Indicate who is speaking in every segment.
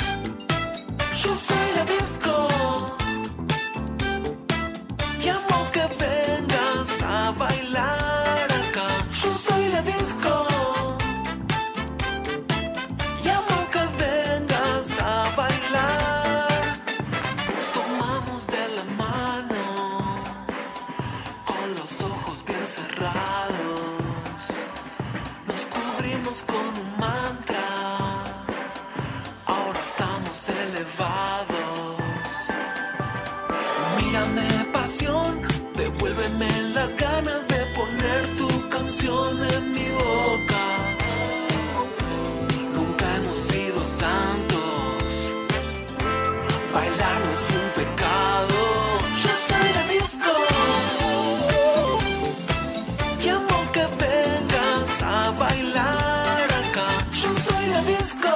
Speaker 1: Yo soy la disco. Llamo que vengas a bailar acá. Yo soy la disco. Llamo que vengas a bailar. Nos tomamos de la mano. Con los ojos bien cerrados. Nos cubrimos con un mantra. Ahora estamos elevados. Mírame pasión, devuélveme las ganas de poner tu canción en mi boca. Nunca hemos sido santos. Bailar no es un pecado. Yo soy la disco. Llamo que vengas a bailar acá. Yo soy la disco.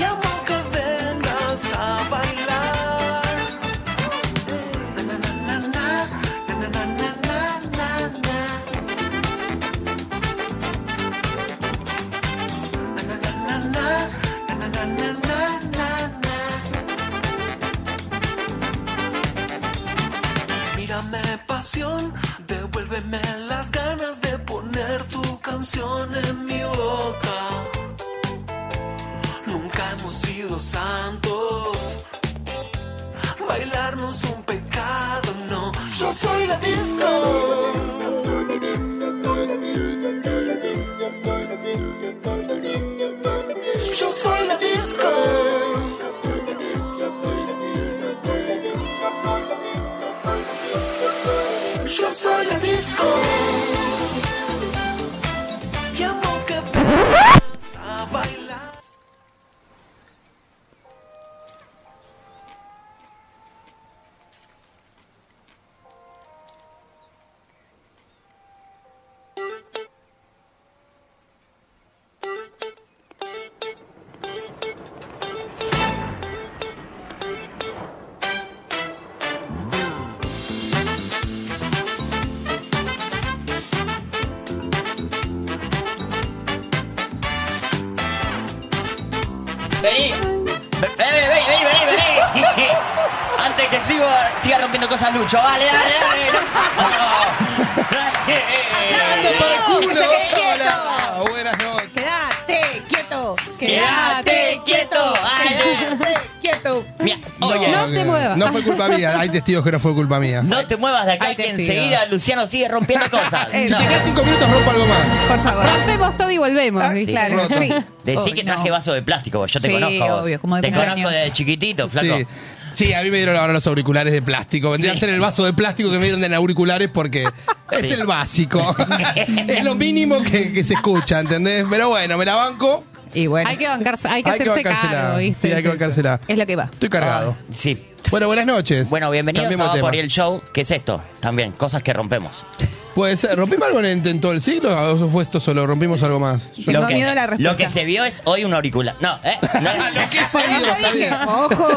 Speaker 1: Llamo que vengas a bailar. Na, na, na, na, na, na, na, na, na, na. Na, na, na, na, na, na, na, na, na, na. Mírame pasión, devuélveme las ganas de poner tu canción en mi boca. Nunca hemos sido santos. Bailarnos un pecado, no. Yo soy la disco. Yo soy la disco. Yo soy la disco. Llamo que vengas a bailar.
Speaker 2: Vení. Ve- Vení, vení, vení, vení, vení. Antes que siga, siga rompiendo cosas, Lucho. Vale, dale, dale.
Speaker 3: ¡Ando
Speaker 2: No.
Speaker 3: para el
Speaker 4: No,
Speaker 3: culo!
Speaker 4: que se quede quieto.
Speaker 3: Hola, buenas noches.
Speaker 4: Quédate quieto.
Speaker 2: Quédate quieto.
Speaker 4: Quédate quieto.
Speaker 2: Mira, oye,
Speaker 4: No te
Speaker 3: que-
Speaker 4: muevas.
Speaker 3: No fue culpa mía. Hay testigos que no fue culpa mía.
Speaker 2: no te muevas de acá
Speaker 4: Ay,
Speaker 2: que
Speaker 4: te pido.
Speaker 2: enseguida Luciano sigue rompiendo cosas.
Speaker 4: Eso.
Speaker 2: No.
Speaker 3: Tenía cinco minutos, rompo algo más.
Speaker 4: Por favor. Rompemos todo y volvemos.
Speaker 3: Ah,
Speaker 4: sí,
Speaker 3: sí,
Speaker 4: claro,
Speaker 3: roto.
Speaker 4: sí.
Speaker 2: Decí
Speaker 4: Ay,
Speaker 2: que
Speaker 4: no.
Speaker 2: traje vaso de plástico, vos. yo te
Speaker 4: Sí,
Speaker 2: conozco. vos.
Speaker 4: obvio, como de
Speaker 2: te
Speaker 4: cumpleaños.
Speaker 2: conozco desde chiquitito, flaco.
Speaker 3: Sí. Sí, a mí me dieron ahora los auriculares de plástico. Vendría
Speaker 2: Sí.
Speaker 3: a ser el vaso de plástico que me dieron en auriculares porque es
Speaker 2: Sí.
Speaker 3: el básico. es lo mínimo que, que se escucha, ¿entendés? Pero bueno, me la banco.
Speaker 4: Y bueno.
Speaker 5: Hay que bancarse, hay que
Speaker 3: Hay que
Speaker 5: hacerse
Speaker 3: bancársela.
Speaker 5: cargo, ¿viste?
Speaker 3: Sí, hay que
Speaker 5: Sí, sí.
Speaker 3: bancársela.
Speaker 4: Es lo que va.
Speaker 3: Estoy cargado.
Speaker 2: Ah, Sí.
Speaker 3: Bueno, buenas noches.
Speaker 2: Bueno, bienvenidos
Speaker 3: Cambiemos
Speaker 2: a Va
Speaker 3: tema.
Speaker 2: por el show. ¿Qué es esto? También, cosas que rompemos.
Speaker 3: Pues, eh, ¿rompimos algo en, el- en todo el siglo? ¿O fue esto solo? ¿Rompimos algo más?
Speaker 4: Tengo miedo a la respuesta.
Speaker 2: Lo que se vio es hoy un auricular. No, ¿eh? No,
Speaker 3: Lo que se
Speaker 4: Yo
Speaker 3: vio,
Speaker 4: dije,
Speaker 3: está bien.
Speaker 4: Ojo.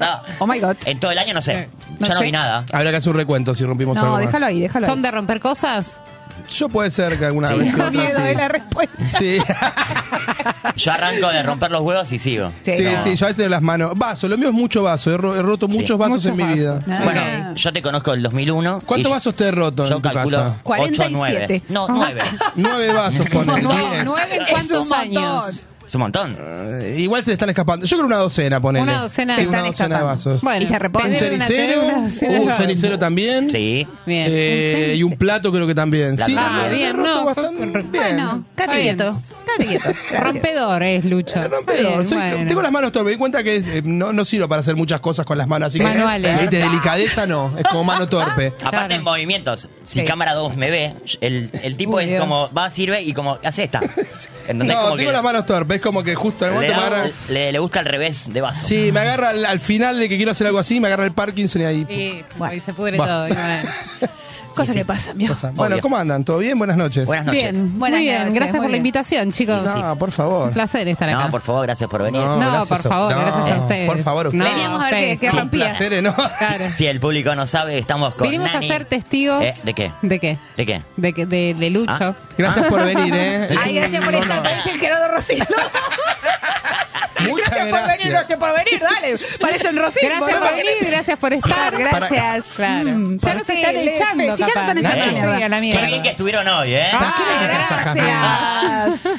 Speaker 2: no.
Speaker 4: Oh my God.
Speaker 2: En todo el año no sé.
Speaker 4: Eh, no
Speaker 2: Yo no
Speaker 4: sé.
Speaker 2: vi nada.
Speaker 3: Habrá que hacer un recuento si rompimos algo
Speaker 4: No,
Speaker 3: más.
Speaker 4: déjalo ahí, déjalo
Speaker 5: ¿Son
Speaker 4: ahí.
Speaker 5: de romper cosas?
Speaker 3: Yo puede ser que alguna
Speaker 2: Sí.
Speaker 3: vez. que
Speaker 4: Tengo
Speaker 3: otra,
Speaker 4: miedo
Speaker 3: sí.
Speaker 4: de la respuesta.
Speaker 3: Sí.
Speaker 2: Yo arranco de romper los huevos y sigo.
Speaker 4: Sí,
Speaker 3: Sí,
Speaker 2: No.
Speaker 3: sí, yo a veces de las manos. Vaso, lo mío es mucho vaso. He, ro- he roto muchos vasos
Speaker 4: Muchos
Speaker 3: en mi
Speaker 4: vasos.
Speaker 3: vida.
Speaker 4: Ah.
Speaker 2: Bueno,
Speaker 5: Ah.
Speaker 2: yo te conozco del 2001.
Speaker 3: ¿Cuántos
Speaker 2: y yo-
Speaker 3: vasos te he roto
Speaker 2: Yo
Speaker 3: en tu
Speaker 2: calculo
Speaker 3: casa?
Speaker 2: 8 o 9.
Speaker 4: 47.
Speaker 2: No, 9.
Speaker 3: Nueve vasos con
Speaker 5: Nueve, nueve
Speaker 2: Es
Speaker 5: en
Speaker 4: un
Speaker 5: cuántos
Speaker 4: montón.
Speaker 5: años?
Speaker 2: Es un montón.
Speaker 3: Igual se le están escapando. Yo creo una docena, ponele.
Speaker 5: Una docena.
Speaker 3: sí,
Speaker 5: Se
Speaker 3: una
Speaker 4: están
Speaker 3: docena de
Speaker 4: escapando.
Speaker 3: vasos. Uh,
Speaker 4: Bueno, Y se repone.
Speaker 3: un
Speaker 4: tener
Speaker 3: cenicero.
Speaker 5: una docena de
Speaker 3: un
Speaker 5: vasos.
Speaker 3: cenicero también.
Speaker 2: Sí.
Speaker 5: Bien.
Speaker 3: Eh, y un plato creo que también.
Speaker 2: La
Speaker 3: sí,
Speaker 2: plato.
Speaker 3: también.
Speaker 5: Ah, bien,
Speaker 3: He roto
Speaker 5: no. fue-
Speaker 3: bastante. Bien.
Speaker 5: Bueno, está
Speaker 4: Cállate
Speaker 5: bien.
Speaker 4: quieto. Cállate quieto.
Speaker 5: Rompedor es Lucho.
Speaker 3: Eh, rompedor,
Speaker 5: Bien,
Speaker 3: soy-
Speaker 5: bueno.
Speaker 3: Tengo las manos torpes. Me di cuenta que eh, no, no sirvo para hacer muchas cosas con las manos. Así que
Speaker 5: Manuales. Ah.
Speaker 3: ¿viste? delicadeza no. Es como mano torpe.
Speaker 2: Aparte
Speaker 5: Claro.
Speaker 2: en movimientos, si
Speaker 4: Sí.
Speaker 2: cámara 2 me ve, el, el tipo
Speaker 4: Uy,
Speaker 2: es
Speaker 4: Dios.
Speaker 2: como va, sirve y como hace esta. ¿Entendés?
Speaker 3: No,
Speaker 2: Como
Speaker 3: tengo
Speaker 2: que-
Speaker 3: las manos torpes. es como que justo en el
Speaker 2: Le,
Speaker 3: momento me
Speaker 2: da-
Speaker 3: agarra.
Speaker 2: le- le gusta al revés de vaso.
Speaker 3: Sí, me agarra al, al final de que quiero hacer algo así, me agarra el Parkinson y ahí.
Speaker 5: Sí,
Speaker 4: Bueno.
Speaker 5: ahí se pudre
Speaker 3: Bueno.
Speaker 5: todo. y bueno.
Speaker 4: Cosa que pasa, mío.
Speaker 3: pasa. Bueno,
Speaker 2: Obvio.
Speaker 3: ¿cómo andan? ¿Todo bien? Buenas noches.
Speaker 2: Buenas noches.
Speaker 5: Bien,
Speaker 4: Buenas
Speaker 5: muy bien.
Speaker 4: noches,
Speaker 5: gracias
Speaker 4: muy
Speaker 5: por la
Speaker 4: bien.
Speaker 5: invitación, chicos.
Speaker 3: No, por favor.
Speaker 5: Un placer estar acá.
Speaker 2: No, por favor, gracias por venir.
Speaker 5: No,
Speaker 3: gracias
Speaker 5: por
Speaker 3: a-
Speaker 5: favor,
Speaker 3: no,
Speaker 5: gracias a ustedes.
Speaker 3: Por favor, ustedes.
Speaker 4: Veníamos a ver
Speaker 5: ustedes.
Speaker 4: qué- qué
Speaker 5: Sí.
Speaker 4: rompía.
Speaker 3: Placeres, ¿eh? ¿no?
Speaker 5: Claro.
Speaker 2: Si el público no sabe, estamos con
Speaker 5: Vinimos
Speaker 2: Nani.
Speaker 5: a ser testigos.
Speaker 2: Eh, ¿De qué?
Speaker 5: ¿De qué?
Speaker 2: ¿De qué?
Speaker 5: De, que- de, de Lucho.
Speaker 2: Ah.
Speaker 3: Gracias por venir, ¿eh? Es
Speaker 4: Ay,
Speaker 3: un
Speaker 4: gracias por estar,
Speaker 3: honor.
Speaker 4: parece el Gerardo Rosillo.
Speaker 3: Muchas
Speaker 4: Gracias por venir,
Speaker 3: gracias.
Speaker 4: gracias por venir, dale. Parece un Rosillo.
Speaker 5: Gracias por venir, gracias por estar.
Speaker 4: eh, Gracias. Mm,
Speaker 5: Claro. Ya nos están
Speaker 4: Parece-
Speaker 5: echando,
Speaker 4: Sí, ya nos
Speaker 5: capaz.
Speaker 4: están echando,
Speaker 5: Sí,
Speaker 4: mierda.
Speaker 5: a la
Speaker 2: Qué bien
Speaker 5: mierda.
Speaker 2: que estuvieron hoy, ¿eh?
Speaker 5: Ah.
Speaker 4: Ah, gracias.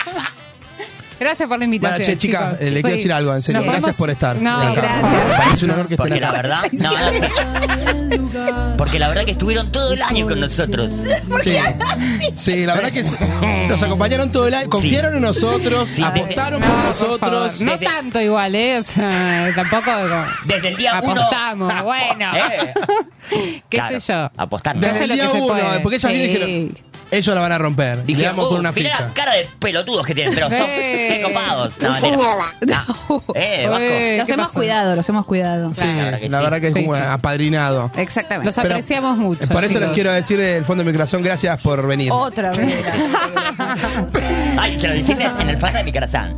Speaker 5: Gracias por la invitación.
Speaker 3: Bueno, che, chicas,
Speaker 5: chicos.
Speaker 3: eh, le quiero
Speaker 5: Sí.
Speaker 3: decir algo, en serio.
Speaker 5: ¿Nos
Speaker 3: Gracias
Speaker 5: podemos-
Speaker 3: por estar.
Speaker 5: No,
Speaker 3: Acá.
Speaker 4: gracias.
Speaker 3: Para mí Es un honor que estén
Speaker 2: Porque la
Speaker 3: acá.
Speaker 2: verdad, no, no sé. Porque la verdad que estuvieron todo el año con nosotros.
Speaker 3: Sí. sí, la verdad que sí. nos acompañaron todo el año, confiaron en nosotros,
Speaker 2: Sí, desde-
Speaker 3: apostaron por
Speaker 5: No, por
Speaker 3: nosotros.
Speaker 5: favor. No
Speaker 2: Desde-
Speaker 5: tanto igual, ¿eh? O sea, tampoco como,
Speaker 2: Desde el día uno.
Speaker 5: apostamos. Bueno,
Speaker 2: Eh,
Speaker 5: qué
Speaker 2: claro,
Speaker 5: sé yo.
Speaker 2: Apostar. ¿no?
Speaker 5: Desde hace
Speaker 3: Desde el
Speaker 5: lo
Speaker 3: día
Speaker 5: que se
Speaker 3: uno,
Speaker 5: puede.
Speaker 3: porque ellas vienen y
Speaker 5: Sí.
Speaker 3: dijeron, ellos la van a romper. Y
Speaker 2: Dije,
Speaker 3: quedamos
Speaker 2: "Uh,
Speaker 3: con una
Speaker 2: mirá
Speaker 3: ficha.
Speaker 2: la cara de pelotudos que tienen, pero son
Speaker 5: Eh.
Speaker 2: qué copados. No, mentira. No. Eh, Vasco.
Speaker 5: Eh,
Speaker 4: Los
Speaker 5: ¿qué
Speaker 4: hemos
Speaker 5: pasó?
Speaker 4: cuidado, los hemos cuidado.
Speaker 3: Sí,
Speaker 2: La verdad que
Speaker 3: la
Speaker 2: sí.
Speaker 3: verdad que es
Speaker 5: Sí,
Speaker 3: como
Speaker 5: sí.
Speaker 3: apadrinado.
Speaker 4: Exactamente.
Speaker 5: Los apreciamos mucho.
Speaker 3: Por eso
Speaker 5: chicos. Oh,
Speaker 3: les quiero decir del fondo de mi corazón, gracias por venir.
Speaker 4: Otra vez.
Speaker 2: Ay, te lo dijiste en el fan de mi corazón.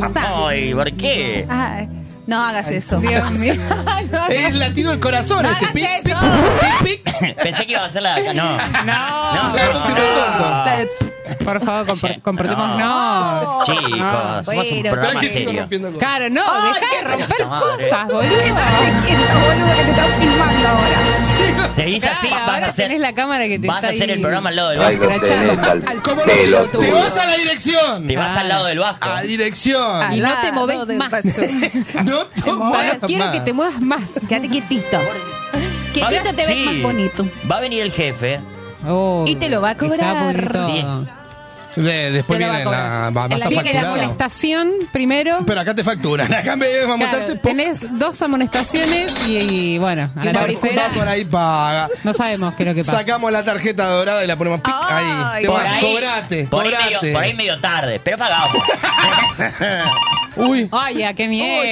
Speaker 2: No. Ay, ¿por qué?
Speaker 4: Ay, no hagas eso.
Speaker 5: Dios mío.
Speaker 3: Es el latido del corazón,
Speaker 4: No
Speaker 3: este
Speaker 4: hagas
Speaker 3: pic, pic, pic, pic.
Speaker 2: Pensé que iba a hacer la acá. No.
Speaker 5: No,
Speaker 3: claro, un tiro
Speaker 2: no.
Speaker 5: por favor, compor- comportémonos. No.
Speaker 4: Oh.
Speaker 2: Chicos, somos un
Speaker 4: Bueno,
Speaker 2: programa
Speaker 3: Pero es que sigo
Speaker 2: serio.
Speaker 3: rompiendo cosas.
Speaker 5: Claro, no, dejá de romper
Speaker 2: puta madre.
Speaker 5: cosas, boludo.
Speaker 4: Quieto, boludo, que te están filmando ahora.
Speaker 2: Seguís así,
Speaker 5: Claro,
Speaker 2: vas a
Speaker 5: ahora
Speaker 2: hacer.
Speaker 5: tenés la cámara que te
Speaker 2: Vas
Speaker 5: está
Speaker 2: a hacer
Speaker 5: ahí.
Speaker 2: el programa al lado del
Speaker 6: Ahí
Speaker 2: Vasco.
Speaker 6: lo tenés al
Speaker 4: Al
Speaker 3: ¿Cómo no, chicos?
Speaker 6: pelotudo.
Speaker 3: Te vas a la dirección.
Speaker 2: Te vas al lado del Vasco.
Speaker 3: A dirección.
Speaker 5: Y no te movés
Speaker 4: Al lado
Speaker 5: más.
Speaker 4: del pasto.
Speaker 3: No
Speaker 5: No,
Speaker 3: tomas
Speaker 5: no quiero que te muevas más.
Speaker 4: Quédate quietito.
Speaker 2: Va a
Speaker 4: Quietito
Speaker 2: ver-
Speaker 4: te ves
Speaker 2: sí.
Speaker 4: más bonito.
Speaker 2: Va a venir el jefe.
Speaker 5: Oh,
Speaker 4: Y te lo va a
Speaker 5: está
Speaker 4: cobrar.
Speaker 5: pudre todo.
Speaker 2: Bien.
Speaker 3: De- después
Speaker 4: Te lo va
Speaker 3: viene
Speaker 4: a
Speaker 3: la,
Speaker 4: cobrar.
Speaker 3: va, va a
Speaker 4: En la
Speaker 3: estar
Speaker 4: vía que la
Speaker 5: La
Speaker 3: facturado.
Speaker 5: amonestación primero.
Speaker 3: Pero acá te facturan. Acá me vas a
Speaker 5: Claro,
Speaker 3: montarte por
Speaker 5: tenés dos amonestaciones y, y, bueno, a
Speaker 4: Y
Speaker 5: la
Speaker 4: una
Speaker 5: tercera
Speaker 4: auricular.
Speaker 3: por ahí paga.
Speaker 5: no sabemos qué es lo que pasa.
Speaker 3: Sacamos la tarjeta dorada y la ponemos pic, ahí.
Speaker 4: Ay,
Speaker 3: Te
Speaker 4: por
Speaker 3: vas, cobrate,
Speaker 2: por Ahí
Speaker 3: cobrate.
Speaker 2: medio, por ahí medio tarde, pero pagamos.
Speaker 3: Uy.
Speaker 5: Oye, qué
Speaker 4: Uy,
Speaker 6: Sí,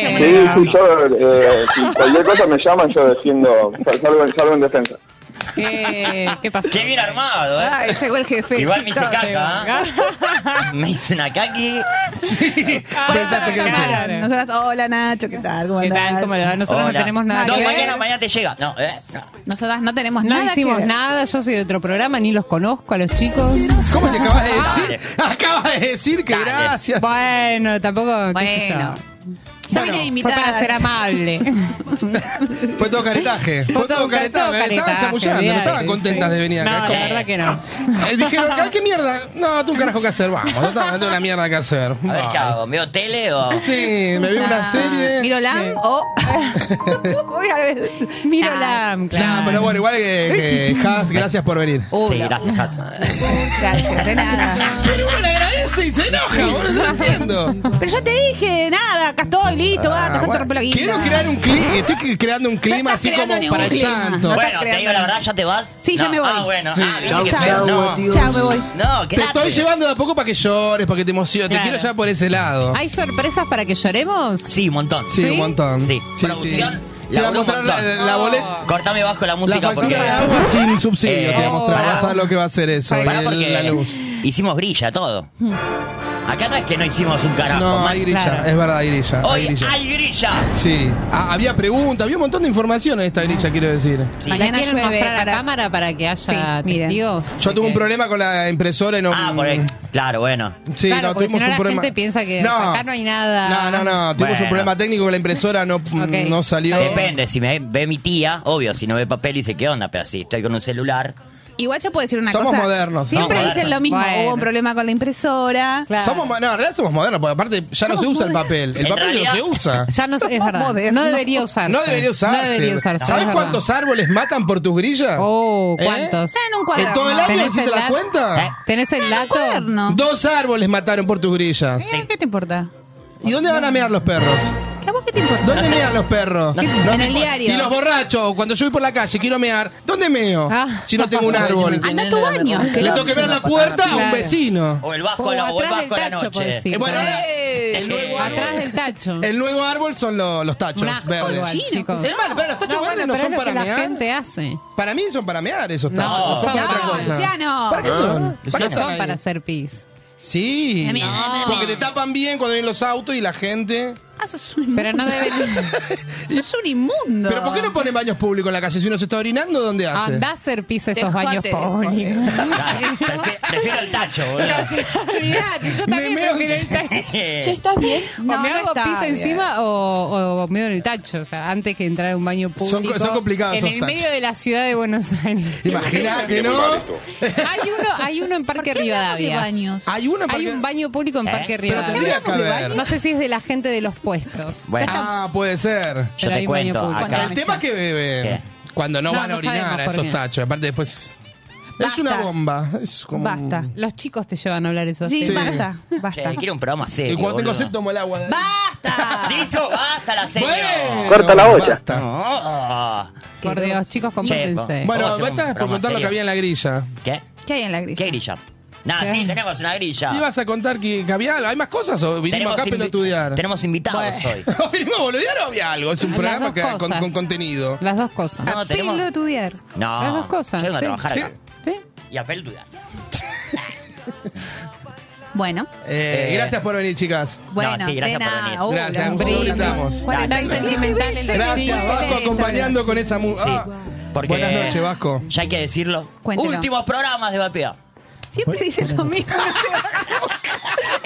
Speaker 5: miedo.
Speaker 6: sí, yo, eh, si cualquier cosa me llaman, yo defiendo, sal- salgo, en- salgo en defensa.
Speaker 5: ¿Qué, qué pasó?
Speaker 2: Qué bien armado, ¿eh?
Speaker 4: Ay, llegó el jefe.
Speaker 2: Igual me hice
Speaker 4: chicos.
Speaker 2: caca. ¿eh? Me hice una caqui.
Speaker 3: Pensaste que era en serio.
Speaker 4: Claro, Nosotras, hola Nacho, ¿qué tal? ¿Cómo
Speaker 5: ¿Qué
Speaker 4: andás?
Speaker 5: tal? ¿Cómo le va? Nosotros
Speaker 2: Hola.
Speaker 5: no tenemos nada
Speaker 2: No,
Speaker 5: que ver.
Speaker 2: mañana, mañana te llega. No, eh. no.
Speaker 5: Nosotras no tenemos
Speaker 4: nada
Speaker 5: No
Speaker 4: que
Speaker 5: hicimos
Speaker 4: ver.
Speaker 5: nada, yo soy de otro programa, ni los conozco a los chicos.
Speaker 3: ¿Cómo te acabas de decir? Acabas de decir que gracias.
Speaker 5: Bueno, tampoco, qué sé yo.
Speaker 4: Bueno. Yo vine
Speaker 5: Fue para ser amable.
Speaker 3: Fue todo caretaje. Fue todo caretaje. Me estaban chamullando, no estaban
Speaker 5: olvidate,
Speaker 3: contentas
Speaker 5: sí.
Speaker 3: de venir
Speaker 5: No,
Speaker 3: acá.
Speaker 5: la verdad que no.
Speaker 3: Eh, Dijeron, "Ay, ¿qué mierda? No, tú un carajo que hacer. Vamos, no tengo no tengo una mierda que hacer.
Speaker 2: A ver, ¿qué
Speaker 3: Ay.
Speaker 2: hago? ¿Veo tele o.?
Speaker 3: Sí, me vi una serie.
Speaker 4: Miro Lam o. Voy a ver.
Speaker 5: Miro
Speaker 4: Nah.
Speaker 5: la...
Speaker 3: Nah, Ah, pero bueno, igual que, que Haas, gracias por venir.
Speaker 2: Sí,
Speaker 4: Hola.
Speaker 2: gracias, Has.
Speaker 4: Gracias, de nada.
Speaker 3: Pero uno le agradece y se enoja, boludo, no entiendo.
Speaker 4: Pero yo te dije, nada, acá estoy, listo, va, te cuento la guita.
Speaker 3: Ah, quiero crear un clima, estoy cre- creando un
Speaker 4: estás
Speaker 3: clima así
Speaker 4: creando
Speaker 3: como
Speaker 4: ningún
Speaker 3: para el
Speaker 4: clima.
Speaker 3: llanto.
Speaker 4: No
Speaker 2: Bueno,
Speaker 4: estás
Speaker 2: te digo la
Speaker 4: creando.
Speaker 2: verdad, ¿ya te vas?
Speaker 4: Sí, ya
Speaker 2: No.
Speaker 4: me voy.
Speaker 2: Ah, bueno.
Speaker 3: Sí.
Speaker 2: Ah, viste
Speaker 3: Chau,
Speaker 2: que-
Speaker 3: chau,
Speaker 2: no.
Speaker 4: Chao, me voy.
Speaker 2: No,
Speaker 3: Te estoy
Speaker 2: quédate.
Speaker 3: llevando de a poco para que llores, para que te emociones. Te
Speaker 5: Claro.
Speaker 3: quiero llevar por ese lado.
Speaker 5: ¿Hay sorpresas para que lloremos?
Speaker 2: Sí, un montón.
Speaker 3: Sí, un montón.
Speaker 2: Sí.
Speaker 3: sí.
Speaker 2: Producción,
Speaker 3: Te voy a
Speaker 2: laburó un
Speaker 3: mostrar la,
Speaker 2: montón.
Speaker 3: la
Speaker 5: Oh.
Speaker 3: boleta.
Speaker 2: Cortame bajo la
Speaker 3: La
Speaker 2: música
Speaker 3: factura de
Speaker 2: porque.
Speaker 3: agua sin subsidio,
Speaker 2: Eh,
Speaker 3: te voy a
Speaker 4: Oh.
Speaker 3: mostrar.
Speaker 2: pará.
Speaker 3: Vas a ver lo que va a hacer eso.
Speaker 2: Pará
Speaker 3: el-
Speaker 2: porque
Speaker 3: la luz.
Speaker 2: hicimos grilla todo. Acá no es que no hicimos un carajo.
Speaker 3: No,
Speaker 2: man.
Speaker 3: hay grilla, es verdad, hay grilla. hay
Speaker 2: Hoy
Speaker 3: grilla.
Speaker 2: hay grilla.
Speaker 3: Sí, Ah, había preguntas, había un montón de información en esta grilla, quiero decir.
Speaker 2: Sí.
Speaker 5: ¿La
Speaker 4: Mañana
Speaker 5: quieren
Speaker 4: llueve
Speaker 5: mostrar a
Speaker 4: para-
Speaker 5: cámara para que haya
Speaker 4: Sí, miren.
Speaker 5: testigos?
Speaker 3: Yo tuve un
Speaker 5: Porque-
Speaker 3: problema con la impresora y no.
Speaker 2: Ah, por ahí. Claro, bueno.
Speaker 3: Sí,
Speaker 5: Claro,
Speaker 3: no,
Speaker 5: porque si
Speaker 3: tuvimos
Speaker 5: no
Speaker 3: un
Speaker 5: la
Speaker 3: problema.
Speaker 5: gente piensa que, o sea, acá no hay nada.
Speaker 3: No, no, no. Tuvimos
Speaker 2: Bueno.
Speaker 3: un problema técnico con la impresora, no, no salió.
Speaker 2: Depende, si me ve mi tía, obvio, si no ve papel dice, ¿qué onda? Pero si estoy con un celular.
Speaker 4: Igual yo puedo decir una
Speaker 3: Somos
Speaker 4: cosa.
Speaker 3: modernos,
Speaker 4: Siempre
Speaker 2: somos
Speaker 4: dicen lo
Speaker 2: modernos.
Speaker 4: mismo.
Speaker 5: Bueno.
Speaker 4: Hubo un problema con la impresora.
Speaker 3: Somos, mo- no, en realidad somos modernos, porque aparte ya no se usa el papel. El
Speaker 2: En
Speaker 3: papel
Speaker 2: realidad-
Speaker 3: no se usa.
Speaker 5: Ya no sé, es
Speaker 4: Somos
Speaker 5: verdad.
Speaker 4: modernos.
Speaker 5: No debería usarse.
Speaker 3: No debería usarse.
Speaker 5: No debería usarse.
Speaker 3: ¿Sabes
Speaker 5: es
Speaker 3: cuántos
Speaker 5: verdad.
Speaker 3: árboles matan por tus grillas?
Speaker 5: Oh,
Speaker 3: ¿Eh?
Speaker 5: ¿cuántos?
Speaker 4: Está en un cuaderno.
Speaker 3: ¿En todo el año
Speaker 5: ¿Tenés
Speaker 3: hiciste
Speaker 5: el
Speaker 3: la
Speaker 5: dato?
Speaker 3: cuenta?
Speaker 2: ¿Eh?
Speaker 5: ¿Tenés el dato?
Speaker 4: cuaderno.
Speaker 3: Dos árboles mataron por tus grillas.
Speaker 4: Eh, ¿Qué te importa?
Speaker 3: ¿Y dónde van a mear los perros?
Speaker 5: ¿A vos qué te importa?
Speaker 3: ¿Dónde mean los perros?
Speaker 5: ¿Qué-
Speaker 3: No
Speaker 5: en
Speaker 3: te
Speaker 5: el
Speaker 3: importa.
Speaker 5: diario.
Speaker 3: Y los borrachos, cuando yo voy por la calle quiero mear, ¿dónde meo?
Speaker 5: Ah.
Speaker 3: Si no tengo un árbol.
Speaker 7: Anda a tu baño.
Speaker 3: Que le tengo que ver la puerta a un
Speaker 5: Claro.
Speaker 3: vecino.
Speaker 2: O el
Speaker 5: Como
Speaker 2: bajo, la, o el
Speaker 5: atrás del
Speaker 2: bajo a la
Speaker 5: tacho,
Speaker 2: noche.
Speaker 5: podés decir.
Speaker 3: Eh, bueno, ahora,
Speaker 7: Eh,
Speaker 5: Atrás del tacho.
Speaker 3: el nuevo árbol son lo- los tachos
Speaker 5: Un asco
Speaker 3: verdes.
Speaker 5: igual, chicos.
Speaker 3: Es mal, pero los tachos
Speaker 5: No, bueno,
Speaker 3: verdes no
Speaker 5: pero
Speaker 3: son
Speaker 5: es lo
Speaker 3: para
Speaker 5: que la
Speaker 3: mear.
Speaker 5: gente hace.
Speaker 3: Para mí son para mear esos
Speaker 5: No,
Speaker 3: tachos. No, son para
Speaker 5: no, Ah,
Speaker 3: otra cosa.
Speaker 7: Luciano.
Speaker 3: ¿Para qué son? ¿Para
Speaker 5: No
Speaker 3: qué están
Speaker 5: son
Speaker 3: ahí?
Speaker 5: para hacer pis.
Speaker 3: Sí.
Speaker 5: No.
Speaker 3: Porque te tapan bien cuando vienen los autos y la gente.
Speaker 7: Ah, sos un inmundo.
Speaker 5: Pero no deben.
Speaker 7: Sos un inmundo.
Speaker 3: Pero ¿por qué no ponen baños públicos en la calle? Si uno se está orinando, ¿dónde hace?
Speaker 5: Andá a hacer pis a esos
Speaker 7: Dejate
Speaker 5: baños
Speaker 7: de
Speaker 5: públicos.
Speaker 2: Claro, prefi- prefiero el tacho, boludo.
Speaker 5: Olvidate, yo
Speaker 3: Me
Speaker 5: también
Speaker 3: meo
Speaker 5: prefiero el tacho.
Speaker 8: Che, ¿estás bien?
Speaker 5: o me
Speaker 7: no
Speaker 5: hago
Speaker 7: está
Speaker 5: pis
Speaker 7: bien.
Speaker 5: encima o, o meo en el tacho, o sea, antes que entrar a un baño
Speaker 3: Son-
Speaker 5: público.
Speaker 3: son complicados
Speaker 5: En
Speaker 3: esos
Speaker 5: el
Speaker 3: tachos.
Speaker 5: medio de la ciudad de Buenos Aires.
Speaker 3: Imaginá que
Speaker 6: Qué
Speaker 3: no.
Speaker 6: mal esto.
Speaker 5: Hay uno, hay uno en
Speaker 7: ¿Por
Speaker 5: Parque
Speaker 7: qué hablamos de
Speaker 5: Rivadavia.
Speaker 7: baños?
Speaker 3: Hay una
Speaker 5: Hay
Speaker 3: porque-
Speaker 5: un baño público en
Speaker 2: ¿Eh?
Speaker 5: Parque
Speaker 3: Pero tendría
Speaker 5: Rivadavia.
Speaker 3: que haber.
Speaker 5: No sé si es de la gente de los puestos.
Speaker 2: Bueno,
Speaker 3: Ah, puede ser.
Speaker 2: yo
Speaker 5: pero hay
Speaker 2: te
Speaker 5: un baño
Speaker 2: cuento
Speaker 5: público.
Speaker 2: acá.
Speaker 3: El tema es que bebe.
Speaker 2: ¿Qué?
Speaker 3: Cuando no,
Speaker 5: No,
Speaker 3: van a
Speaker 5: no
Speaker 3: orinar
Speaker 5: sabemos
Speaker 3: a
Speaker 5: por
Speaker 3: esos
Speaker 5: qué.
Speaker 3: tachos. Aparte después. Es
Speaker 7: Basta.
Speaker 3: una bomba. Es como.
Speaker 7: Basta.
Speaker 5: Los chicos te llevan a hablar esos
Speaker 7: Sí,
Speaker 3: Sí.
Speaker 5: temas.
Speaker 7: basta, basta.
Speaker 2: Che, quiero un programa
Speaker 3: Y
Speaker 2: serio.
Speaker 3: cuando tengo
Speaker 2: Eh, boludo. Ah,
Speaker 3: sed tomo el agua. de-
Speaker 7: ¡Basta!
Speaker 2: Listo, basta la serie.
Speaker 3: Bueno,
Speaker 6: Corta la olla.
Speaker 3: basta.
Speaker 2: No.
Speaker 5: Por Dios, chicos, compórtense.
Speaker 2: Che, Vamos
Speaker 3: Bueno,
Speaker 2: a hacer un
Speaker 3: basta por
Speaker 2: programa
Speaker 3: contar lo que
Speaker 2: serio.
Speaker 3: había en la grilla.
Speaker 2: ¿Qué?
Speaker 7: ¿Qué hay en la grilla?
Speaker 2: ¿Qué grilla? Nada, sí, tenemos una grilla.
Speaker 3: ¿Ibas a contar que, que había algo? ¿Hay más cosas o vinimos
Speaker 2: Tenemos
Speaker 3: acá a
Speaker 2: invi-
Speaker 3: pelotudear?
Speaker 2: Tenemos invitados hoy.
Speaker 3: ¿O vinimos a boludear o había algo? Es un
Speaker 5: Las
Speaker 3: programa
Speaker 5: dos
Speaker 3: que, con,
Speaker 5: cosas.
Speaker 3: con contenido.
Speaker 5: Las dos cosas.
Speaker 2: No, tenemos-
Speaker 7: Pelo estudiar.
Speaker 2: No.
Speaker 5: Las dos cosas,
Speaker 2: Yo vengo a
Speaker 5: sí.
Speaker 2: trabajar
Speaker 3: Sí.
Speaker 2: acá.
Speaker 5: ¿Sí?
Speaker 2: Y a pelotudear.
Speaker 7: Bueno,
Speaker 3: Eh,
Speaker 2: Eh,
Speaker 3: Gracias por venir, chicas.
Speaker 7: bueno,
Speaker 2: sí, gracias
Speaker 7: de
Speaker 2: por
Speaker 7: nada.
Speaker 2: venir.
Speaker 7: Oh,
Speaker 3: Gracias,
Speaker 7: lo-
Speaker 3: un
Speaker 5: brindis.
Speaker 3: brindamos.
Speaker 5: Tan
Speaker 7: 46
Speaker 5: sentimental el
Speaker 3: Gracias,
Speaker 5: chico.
Speaker 3: Vasco, acompañando con esa música.
Speaker 2: Sí. Porque
Speaker 3: Ah. Buenas noches, Vasco.
Speaker 2: Ya hay que decirlo.
Speaker 7: Cuéntelo.
Speaker 2: Últimos programas de Vapea.
Speaker 7: Siempre dicen lo mismo.